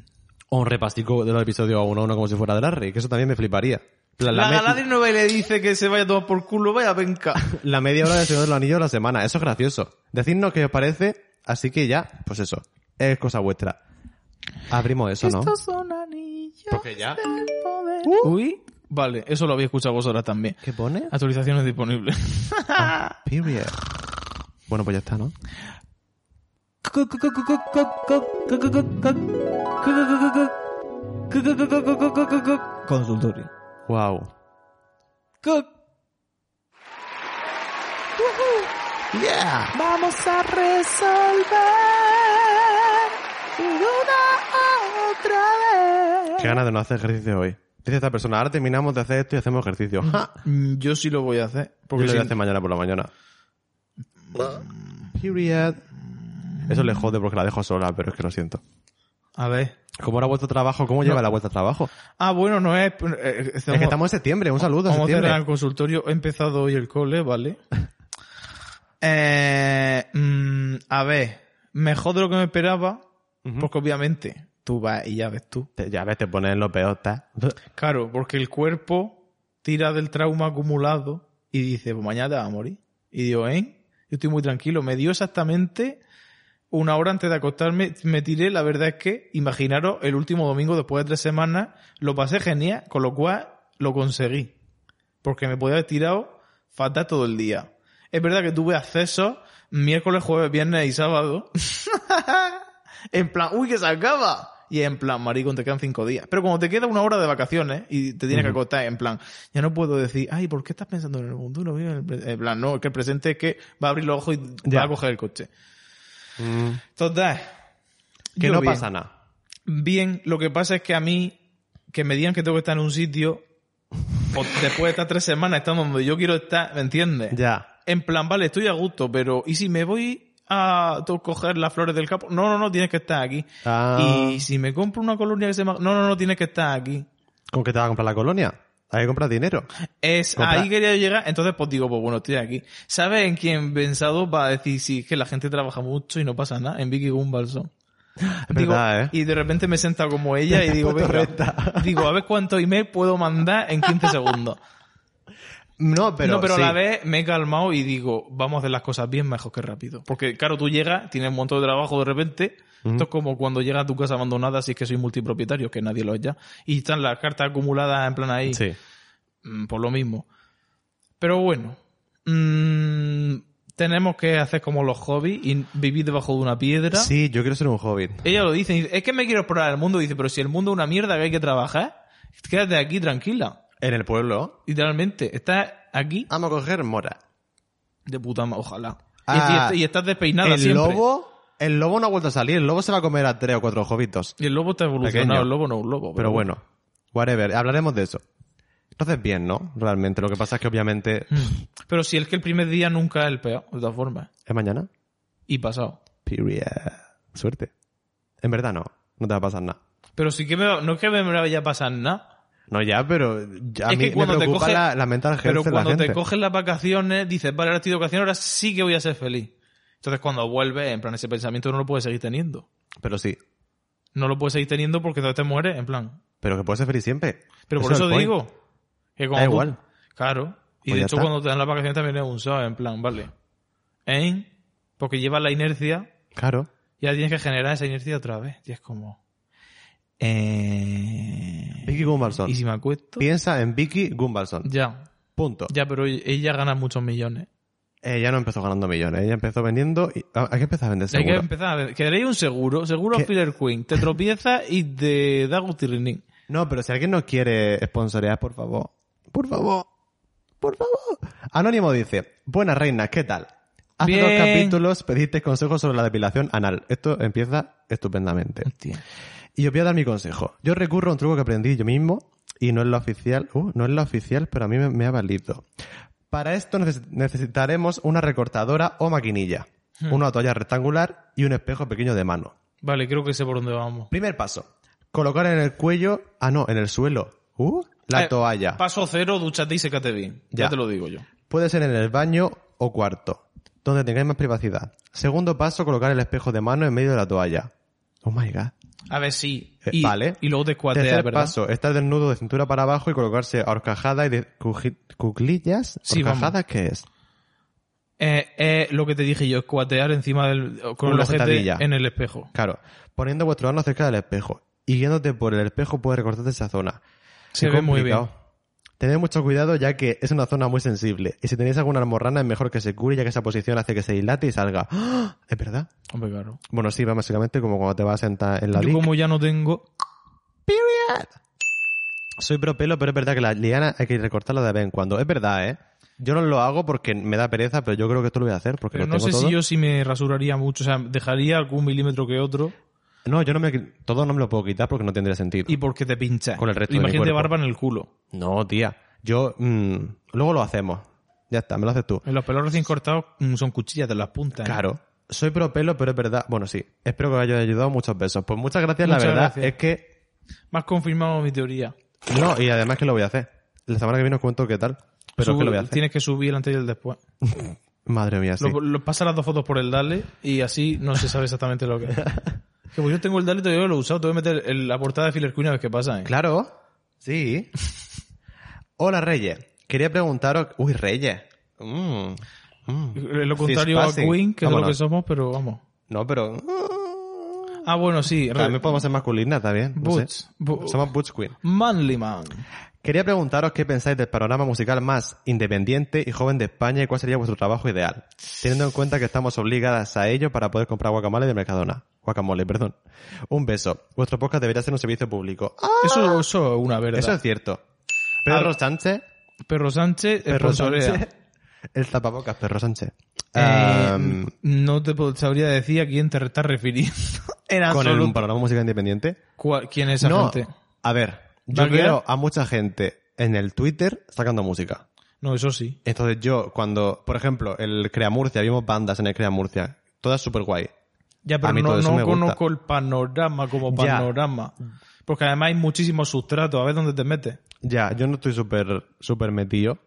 S3: o un repastico de los episodios uno a uno como si fuera de la rey, que eso también me fliparía. En plan,
S2: La,
S3: me-
S2: Galadriel no va y le dice que se vaya a tomar por culo, vaya
S3: <laughs>
S2: venga.
S3: La media hora de Señor de los Anillos a la semana. Eso es gracioso. Decidnos qué os parece. Así que ya, pues eso. Es cosa vuestra. Abrimos eso, ¿no?
S2: son anillos
S3: Porque ya.
S2: Uh. Uy. Vale, eso lo había escuchado vosotras también.
S3: ¿Qué pone?
S2: Actualizaciones disponibles.
S3: Period. Bueno, pues ya está, ¿no?
S2: Consultorio.
S3: Wow. Yeah.
S4: Vamos a resolver una otra vez.
S3: Qué ganas de no hacer ejercicio hoy. Dice esta persona, ahora terminamos de hacer esto y hacemos ejercicio. Ja.
S2: Ah, Yo sí lo voy a hacer.
S3: Porque
S2: Porque
S3: lo voy a
S2: si-
S3: hacer mañana por la mañana. Period. Eso le jode porque la dejo sola, pero es que lo siento.
S2: A ver.
S3: ¿Cómo era vuestro trabajo? ¿Cómo lleva la vuestra trabajo?
S2: Ah, bueno, no es... eh, eh,
S3: Es que estamos en septiembre, un saludo a
S2: Vamos a
S3: septiembre.
S2: cerrar el consultorio. He empezado hoy el cole, ¿vale? <laughs> Eh, mm, a ver, mejor de lo que me esperaba,
S3: Ujú.
S2: porque obviamente tú vas y ya ves tú.
S3: Te- ya ves, te pones en lo peor, ¿estás?
S2: Claro, porque el cuerpo tira del trauma acumulado y dice, pues mañana te vas a morir. Y digo, ¿eh? Yo estoy muy tranquilo. Me dio exactamente una hora antes de acostarme, me tiré, la verdad es que, imaginaros, el último domingo después de tres semanas, lo pasé genial, con lo cual lo conseguí. Porque me podía haber tirado fatal todo el día. Es verdad que tuve acceso miércoles, jueves, viernes y sábado. <laughs> en plan, uy, que se acaba. Y en plan, maricón, te quedan cinco días. Pero cuando te queda una hora de vacaciones y te tienes que
S3: Ujú.
S2: acostar, en plan, ya no puedo decir, ay, ¿por qué estás pensando en el futuro? Vive en el pre-". En plan, no, es que el presente es que va a abrir los ojos y
S3: Ya.
S2: va a coger el coche. Total.
S3: Que
S2: Mm. yo
S3: no
S2: bien.
S3: pasa nada.
S2: Bien, lo que pasa es que a mí, que me digan que tengo que estar en un sitio, o después de estas tres semanas estamos donde yo quiero estar, ¿me entiendes?
S3: Ya.
S2: En plan, vale, estoy a gusto, pero ¿y si me voy a to- coger las flores del campo? No, no, no, tienes que estar aquí.
S3: Ah,
S2: Y si me compro una colonia que se llama... No, no, no, tienes que estar aquí.
S3: ¿Con qué te vas a comprar la colonia? Hay que comprar dinero.
S2: Es
S3: Comprar.
S2: ahí quería yo llegar, entonces pues digo, pues bueno, estoy aquí. ¿Sabes en quién pensado va a decir si es que la gente trabaja mucho y no pasa nada? En Vicky Gumbalson.
S3: Es verdad, ¿eh?
S2: Y de repente me he sentado como
S3: <laughs>
S2: ella y digo,
S3: puesto
S2: venga,
S3: recta. <laughs>
S2: digo, a ver cuánto email puedo mandar en 15 segundos.
S3: No, <laughs> pero,
S2: no, pero
S3: sí.
S2: a la vez me he calmado y digo, vamos a hacer las cosas bien mejor que rápido. Porque claro, tú llegas, tienes un montón de trabajo de repente. Esto es como cuando llegas a tu casa abandonada, si es que soy multipropietario, que nadie lo es ya. Y están las cartas acumuladas en plan ahí.
S3: Sí.
S2: Mm, por lo mismo. Pero bueno, mm, tenemos que hacer como los hobbies y vivir debajo de una piedra.
S3: Sí, yo quiero ser un hobbit.
S2: Ella lo dice, dice, es que me quiero explorar el mundo. Dice, pero si el mundo es una mierda que hay que trabajar, quédate aquí tranquila.
S3: En el pueblo.
S2: Literalmente, estás aquí
S3: Vamos a coger mora.
S2: de puta madre, ojalá. Y-
S3: Ah,
S2: y, y estás despeinada
S3: el
S2: siempre.
S3: lobo, el lobo no ha vuelto a salir. El lobo se va a comer a tres o cuatro hobbitos.
S2: Y el lobo está evolucionado,
S3: Pequeño.
S2: el lobo no es un lobo.
S3: Pero bueno, whatever. Hablaremos de eso. Entonces, bien, ¿no? Realmente. Lo que pasa es que obviamente
S2: Mm. Pero si es que el primer día nunca es el peor, de todas formas.
S3: es mañana.
S2: Y pasado.
S3: Period. Suerte. En verdad no. No te va a pasar nada.
S2: Pero sí que me, no es que me vaya a pasar nada.
S3: No, ya, pero ya a
S2: Es
S3: mí
S2: que cuando
S3: me
S2: te
S3: preocupa
S2: coge-
S3: la, la mental health
S2: Pero
S3: de la
S2: cuando te
S3: gente.
S2: coges las vacaciones, dices, vale, ahora estoy de vacaciones, ahora sí que voy a ser feliz. Entonces cuando vuelves, en plan, ese pensamiento no lo puedes seguir teniendo.
S3: Pero sí.
S2: No lo puedes seguir teniendo porque entonces te mueres, en plan.
S3: Pero que puedes ser feliz siempre.
S2: Pero por
S3: es
S2: eso
S3: el point.
S2: digo. Que cuando
S3: Da
S2: tú-
S3: igual.
S2: Claro. Y
S3: Pues
S2: de
S3: ya
S2: hecho
S3: está.
S2: cuando te dan las vacaciones también es un shock, en plan, vale. ¿Eh? Porque llevas la inercia
S3: Claro.
S2: y ahora tienes que generar esa inercia otra vez. Y es como...
S3: Vicky
S2: Eh...
S3: Gumbalson.
S2: Y si me acuesto...
S3: Piensa en Vicky Gumbalson.
S2: Ya,
S3: Punto.
S2: ya, pero ella gana muchos millones.
S3: Ella Eh, no empezó ganando millones. Ella empezó vendiendo... y- ah, Hay que empezar a vender
S2: Hay que
S3: seguro.
S2: empezar a ver. Queréis un seguro, seguro
S3: ¿Qué?
S2: a Peter Queen. Te tropiezas y te da gutirrinín.
S3: No, pero si alguien nos quiere sponsorear, por favor. Por favor. Por favor. Anónimo dice, buenas reinas, ¿qué tal? Hace dos
S2: Bien.
S3: capítulos pediste consejos sobre la depilación anal. Esto empieza estupendamente.
S2: Hostia.
S3: Y os voy a dar mi consejo. Yo recurro a un truco que aprendí yo mismo y no es la oficial, uh, no es la oficial, pero a mí me, me ha valido. Para esto neces- necesitaremos una recortadora o maquinilla, una toalla rectangular y un espejo pequeño de mano.
S2: Vale, creo que sé por dónde vamos.
S3: Primer paso, colocar en el cuello, ah no, en el suelo, uh, la
S2: Eh,
S3: toalla.
S2: Paso cero, dúchate y sécate bien. Ya.
S3: Ya.
S2: te lo digo yo.
S3: Puede ser en el baño o cuarto, donde tengáis más privacidad. Segundo paso, colocar el espejo de mano en medio de la toalla. Oh my god.
S2: A ver, sí.
S3: Eh,
S2: Y,
S3: vale.
S2: Y luego te escuateas,
S3: Tercer
S2: ¿verdad?
S3: paso, estar desnudo de cintura para abajo y colocarse horcajada y de cuji- cuclillas.
S2: Sí, vamos.
S3: ¿Horcajada qué es?
S2: Eh, eh, lo que te dije yo, escuatear encima del. con
S3: Una
S2: el ojete
S3: sentadilla.
S2: en el espejo.
S3: Claro, poniendo vuestro mano cerca del espejo y guiándote por el espejo puedes recortarte esa zona.
S2: Se
S3: Qué
S2: ve muy
S3: complicado.
S2: bien.
S3: Tened mucho cuidado ya que es una zona muy sensible y si tenéis alguna almorrana es mejor que se cure ya que esa posición hace que se dilate y salga. ¡Ah! ¿Es verdad?
S2: Hombre, claro.
S3: Bueno, sí, va básicamente como cuando te vas a sentar en la
S2: Yo
S3: dic.
S2: como ya no tengo.
S3: Soy pro pelo, pero es verdad que la liana hay que recortarla de vez en cuando. Es verdad, ¿eh? Yo no lo hago porque me da pereza, pero yo creo que esto lo voy a hacer porque
S2: Pero
S3: lo
S2: no
S3: tengo
S2: sé
S3: todo.
S2: si yo sí me rasuraría mucho. O sea, dejaría algún milímetro que otro.
S3: No, yo no me... Todo no me lo puedo quitar porque no tendría sentido.
S2: Y porque te pinchas.
S3: Con el resto de mi
S2: Imagínate
S3: cuerpo.
S2: barba en el culo.
S3: No, tía. Yo... mm, luego lo hacemos. Ya está, me lo haces tú.
S2: En los pelos recién cortados mm, son cuchillas de las puntas. ¿eh?
S3: Claro. Soy pro pelo, pero es verdad... Bueno, sí. Espero que os haya ayudado. Muchos besos. Pues muchas gracias.
S2: Muchas
S3: la verdad
S2: gracias.
S3: es que...
S2: Más confirmado mi teoría.
S3: No, y además que lo voy a hacer. La semana que viene os cuento qué tal. Pero es
S2: Sube-
S3: que lo voy a hacer.
S2: Tienes que subir el antes y el después.
S3: Madre mía, sí.
S2: Lo, lo- pasa las dos fotos por el Dale y así no se sabe exactamente lo
S3: <laughs>
S2: que es. que pues yo tengo el Dale todavía no lo he usado. Te voy a meter el- la portada de Filler Queen a ver qué pasa. ¿eh?
S3: Claro.
S2: <laughs>
S3: Sí. Hola, Reyes. Quería preguntaros... Uy, Reyes. Mm, mm.
S2: Es Lo contrario a
S3: Cispassing.
S2: Queen, que es lo que
S3: Vámonos.
S2: somos, pero vamos.
S3: No, pero...
S2: Ah, bueno, sí. re-
S3: También podemos ser masculina, también. No sé.
S2: Butch. Bu-
S3: Somos Butch Queen.
S2: Manly Man.
S3: Quería preguntaros qué pensáis del panorama musical más independiente y joven de España y cuál sería vuestro trabajo ideal, teniendo en cuenta que estamos obligadas a ello para poder comprar guacamole de Mercadona. Guacamole, perdón. Un beso. Vuestro podcast debería ser un servicio público. Ah,
S2: Eso, eso es una verdad.
S3: Eso es cierto. Pedro
S2: Ah,
S3: Sánchez.
S2: Perro Sánchez,
S3: Perro
S2: sponsorea.
S3: Sánchez. <laughs> El tapabocas, Perro Sánchez.
S2: Eh,
S3: Um,
S2: no te puedo- sabría decir a quién te estás refiriendo. <laughs> En
S3: con
S2: absoluto.
S3: el panorama musical independiente.
S2: ¿Cuál- ¿Quién es esa
S3: no,
S2: gente?
S3: a ver. Yo
S2: ¿Vaguea?
S3: veo a mucha gente en el Twitter sacando música.
S2: No, eso sí.
S3: Entonces yo, cuando, por ejemplo, el Crea Murcia, vimos bandas en el Crea Murcia, todas súper guay.
S2: Ya, pero
S3: mí
S2: no,
S3: todo eso
S2: no
S3: me gusta.
S2: conozco el panorama como
S3: Ya.
S2: panorama. Porque además hay muchísimos sustratos, a ver dónde te metes.
S3: Ya, yo no estoy súper súper metido.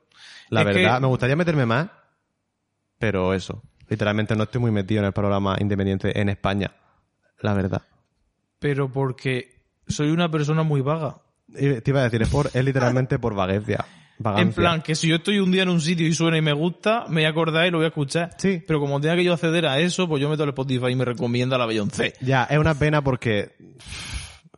S3: La
S2: Es que-
S3: verdad, me gustaría meterme más, pero eso. Literalmente no estoy muy metido en el programa independiente en España. La verdad.
S2: Pero porque soy una persona muy vaga.
S3: Y te iba a decir, es, por, es literalmente por vaguencia. Vagancia.
S2: En plan, que si yo estoy un día en un sitio y suena y me gusta, me voy a acordar y lo voy a escuchar.
S3: Sí.
S2: Pero como tenga que yo acceder a eso, pues yo meto el Spotify y me recomienda la Beyoncé.
S3: Ya, es una pena porque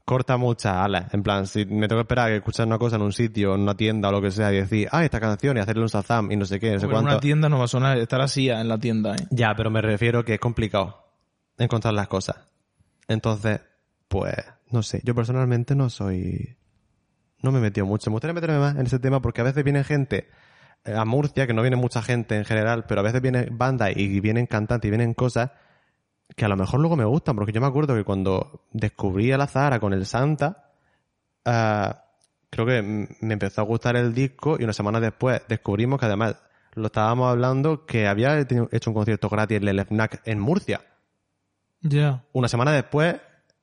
S3: corta muchas alas. En plan, si me tengo que esperar a que escuchar una cosa en un sitio, en una tienda o lo que sea, y decir, ah, esta canción, y hacerle un Shazam, y no sé qué, no sé
S2: Porque en
S3: cuánto.
S2: una tienda no va a sonar, estará así en la tienda, ¿eh?
S3: Ya, pero me refiero que es complicado encontrar las cosas. Entonces, pues, no sé. Yo personalmente no soy. No me he metido mucho. Me gustaría meterme más en ese tema porque a veces viene gente eh, a Murcia, que no viene mucha gente en general, pero a veces viene banda y vienen cantantes y vienen cosas que a lo mejor luego me gustan. Porque yo me acuerdo que cuando descubrí a la Zahara con el Santa, ah, creo que m- me empezó a gustar el disco y una semana después descubrimos que además lo estábamos hablando que había tenido- hecho un concierto gratis en el FNAC en Murcia.
S2: Ya.
S3: Una semana después,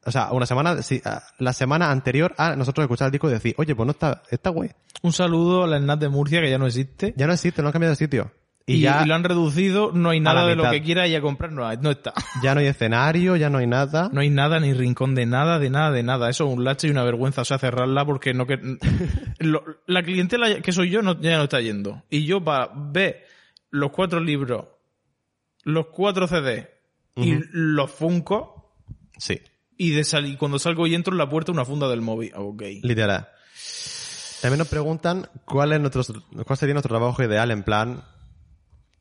S3: o sea, una semana, sí, ah, la semana anterior a nosotros escuchar el disco y decir, oye, pues no está, está güey.
S2: Un saludo a la Hernán de Murcia, que ya no existe.
S3: Ya no existe, no han cambiado de sitio. Y,
S2: Y,
S3: ya,
S2: y lo han reducido, no hay
S3: A la
S2: nada de lo
S3: mitad.
S2: que quiera y a comprar no, hay- no está.
S3: ya no hay escenario, ya no hay nada.
S2: No hay nada, ni rincón de nada, de nada, de nada. Eso es un lache y una vergüenza, o sea, cerrarla porque no que... <laughs> Lo- la clientela que soy yo no, ya no está yendo. Y yo para ver los cuatro libros, los cuatro CD y
S3: Ujú.
S2: los Funko
S3: Sí,
S2: y, de sal- y cuando salgo y entro en la puerta una funda del móvil. Ah, Ok.
S3: literal. También nos preguntan cuál es nuestro, cuál sería nuestro trabajo ideal en plan,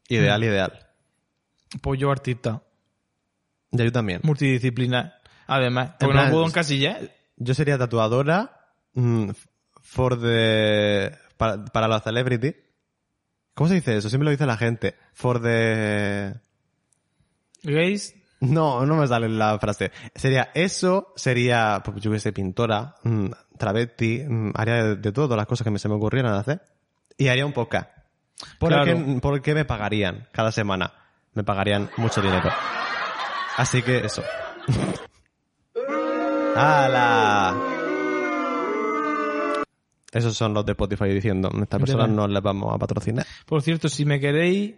S2: Mm.
S3: ideal, ideal.
S2: Pues yo artista,
S3: Ya yo también.
S2: multidisciplinar. Además, porque
S3: plan-
S2: no puedo ¿eh? encasillar.
S3: Yo sería tatuadora mm, for the... Para, para la celebrity. ¿Cómo se dice eso? Siempre lo dice la gente. For the...
S2: ¿Gays?
S3: No, no me sale la frase. Sería eso, sería, pues yo que sé, pintora, mm, travesti, mm, haría de, de todo, las cosas que me, se me ocurrieran hacer. Y haría un podcast. Por el
S2: Claro.
S3: que- por el que me pagarían cada semana. Me pagarían mucho dinero. Así que eso. <laughs> ¡Hala! Esos son los de Spotify diciendo, a estas personas
S2: Verdad.
S3: no las vamos a patrocinar.
S2: Por cierto, si me queréis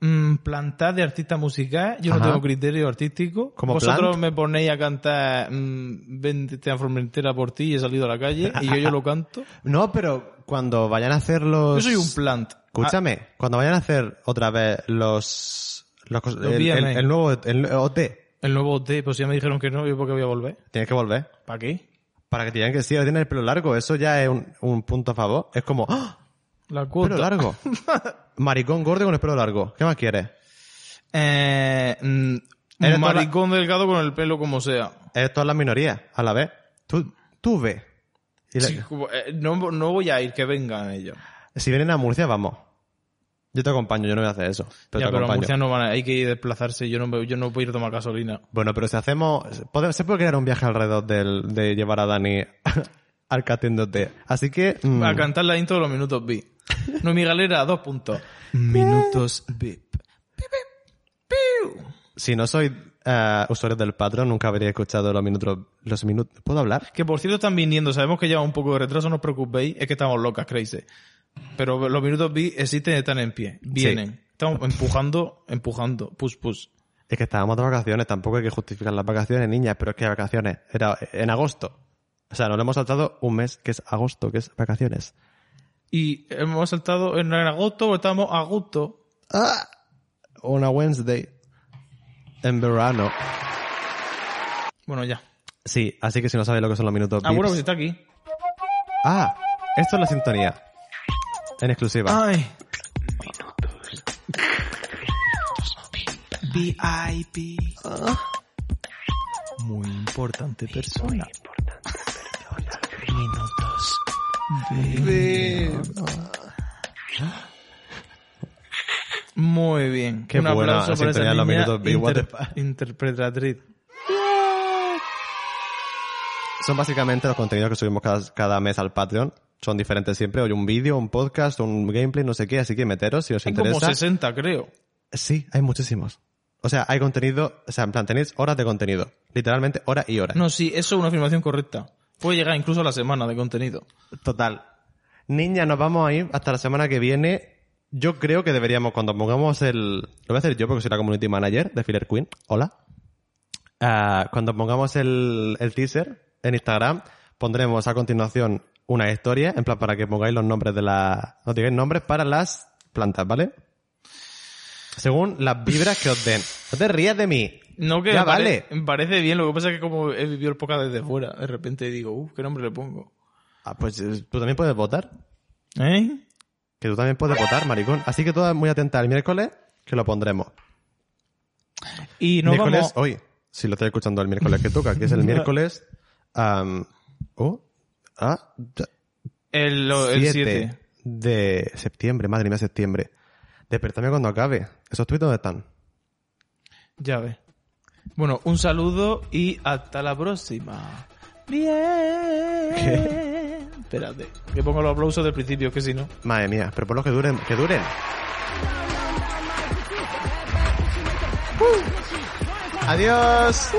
S2: mm, plantar de artista musical, yo
S3: Ajá.
S2: no tengo criterio artístico.
S3: ¿Como
S2: Vosotros
S3: plant?
S2: me ponéis a cantar mm, Vente a Formentera por ti y he salido a la calle y yo, yo lo
S3: <laughs>
S2: canto.
S3: No, pero cuando vayan a hacer los...
S2: Yo soy un plant. Ah,
S3: Escúchame, cuando vayan a hacer otra vez los, los cos-
S2: Los
S3: el, el-
S2: VMA.
S3: el nuevo el OT,
S2: Ah, el nuevo OT, pues ya me dijeron que no, yo porque voy a volver.
S3: tienes que volver.
S2: ¿Para qué?
S3: Para que te digan que sí, ahora tienes el pelo largo, eso ya es un, un punto a favor. Es como, ¡ah!
S2: La cuota.
S3: ¡Pelo largo!
S2: <laughs>
S3: Maricón gordo con el pelo largo. ¿Qué más quieres?
S2: Eh, mm,
S3: Eres toda la-
S2: maricón delgado con el pelo como sea.
S3: Eres todas las minorías a la vez. Tú, tú ve. Y la-
S2: Sí, como, eh, no, no voy a ir, que vengan ellos.
S3: Si vienen a Murcia, vamos. Yo te acompaño, yo no voy a hacer eso. Pero te
S2: ya, pero a
S3: acompaño.
S2: Murcia no van a, hay que ir desplazarse, yo no, me- yo no puedo ir a tomar gasolina.
S3: Bueno, pero si hacemos. podemos- se puede crear un viaje alrededor del, de llevar a Dani <laughs> al casting de OT. Así que. mm,
S2: a cantar la intro de los minutos VIP. No, mi galera, dos puntos. Minutos VIP.
S3: Si no soy eh, usuario del Patreon, nunca habría escuchado los minutos. Los minutos. ¿Puedo hablar?
S2: Que por cierto están viniendo, sabemos que lleva un poco de retraso, no os preocupéis, es que estamos locas, crazy. Pero los minutos VIP existen y están en pie, vienen. Estamos empujando, empujando, push, push.
S3: Es que estábamos de vacaciones, tampoco hay que justificar las vacaciones, niñas, pero es que hay vacaciones. Era en agosto. O sea, nos lo hemos saltado un mes, que es agosto, que es vacaciones.
S2: Y hemos saltado en agosto, estamos a gusto.
S3: ¡Ah! Una Wednesday. En verano.
S2: Bueno, ya.
S3: Sí, así que si no sabéis lo que son los minutos
S2: Ah, bueno,
S3: VIPs-
S2: pues está aquí.
S3: Ah, esto es la sintonía. En exclusiva.
S2: Ay,
S4: VIP.
S2: muy importante persona. Muy bien.
S3: Qué
S2: Un
S3: buena
S2: aplauso para
S3: sintonía
S2: esa
S3: de los
S2: niña
S3: minutos Big
S2: inter-
S3: Water.
S2: interpretatriz.
S3: Son básicamente los contenidos que subimos cada, cada mes al Patreon. Son diferentes siempre. Hoy un vídeo, un podcast, un gameplay, no sé qué. Así que meteros si os
S2: Hay como
S3: interesa.
S2: 60, creo.
S3: Sí, hay muchísimos. O sea, hay contenido, o sea, en plan, tenéis horas de contenido. Literalmente horas y horas.
S2: No, sí, eso es una afirmación correcta. Puede llegar incluso a la semana de contenido.
S3: Total. Niña, nos vamos a ir hasta la semana que viene. Yo creo que deberíamos, cuando pongamos el... Lo voy a hacer yo porque soy la community manager de Filler Queen. Hola. Ah, cuando pongamos el, el teaser en Instagram, pondremos a continuación una historia, en plan para que pongáis los nombres de las... No digáis nombres para las plantas, ¿vale? Según las vibras que os den. No te rías de mí.
S2: No, que
S3: Ya
S2: me, pare-
S3: vale.
S2: me parece bien. Lo que pasa es que como he vivido el poca desde fuera, de repente digo, uff, ¿qué nombre le pongo?
S3: Ah, pues eh, tú también puedes votar.
S2: ¿Eh?
S3: Que tú también puedes votar, maricón. Así que todas muy atentas el miércoles, que lo pondremos.
S2: Y no
S3: miércoles
S2: vamos...
S3: hoy. Si lo estoy escuchando el miércoles que toca, que es el
S2: <laughs>
S3: miércoles. am, oh, ah, ya,
S2: Oh, El 7.
S3: de septiembre, madre mía, septiembre. Despertame cuando acabe. ¿Esos tweets dónde están?
S2: Ya ves. Bueno, un saludo y hasta la próxima. Bien. Espérate, que pongo los aplausos del principio, que si no.
S3: Madre mía, pero por los que duren, que duren. Adiós.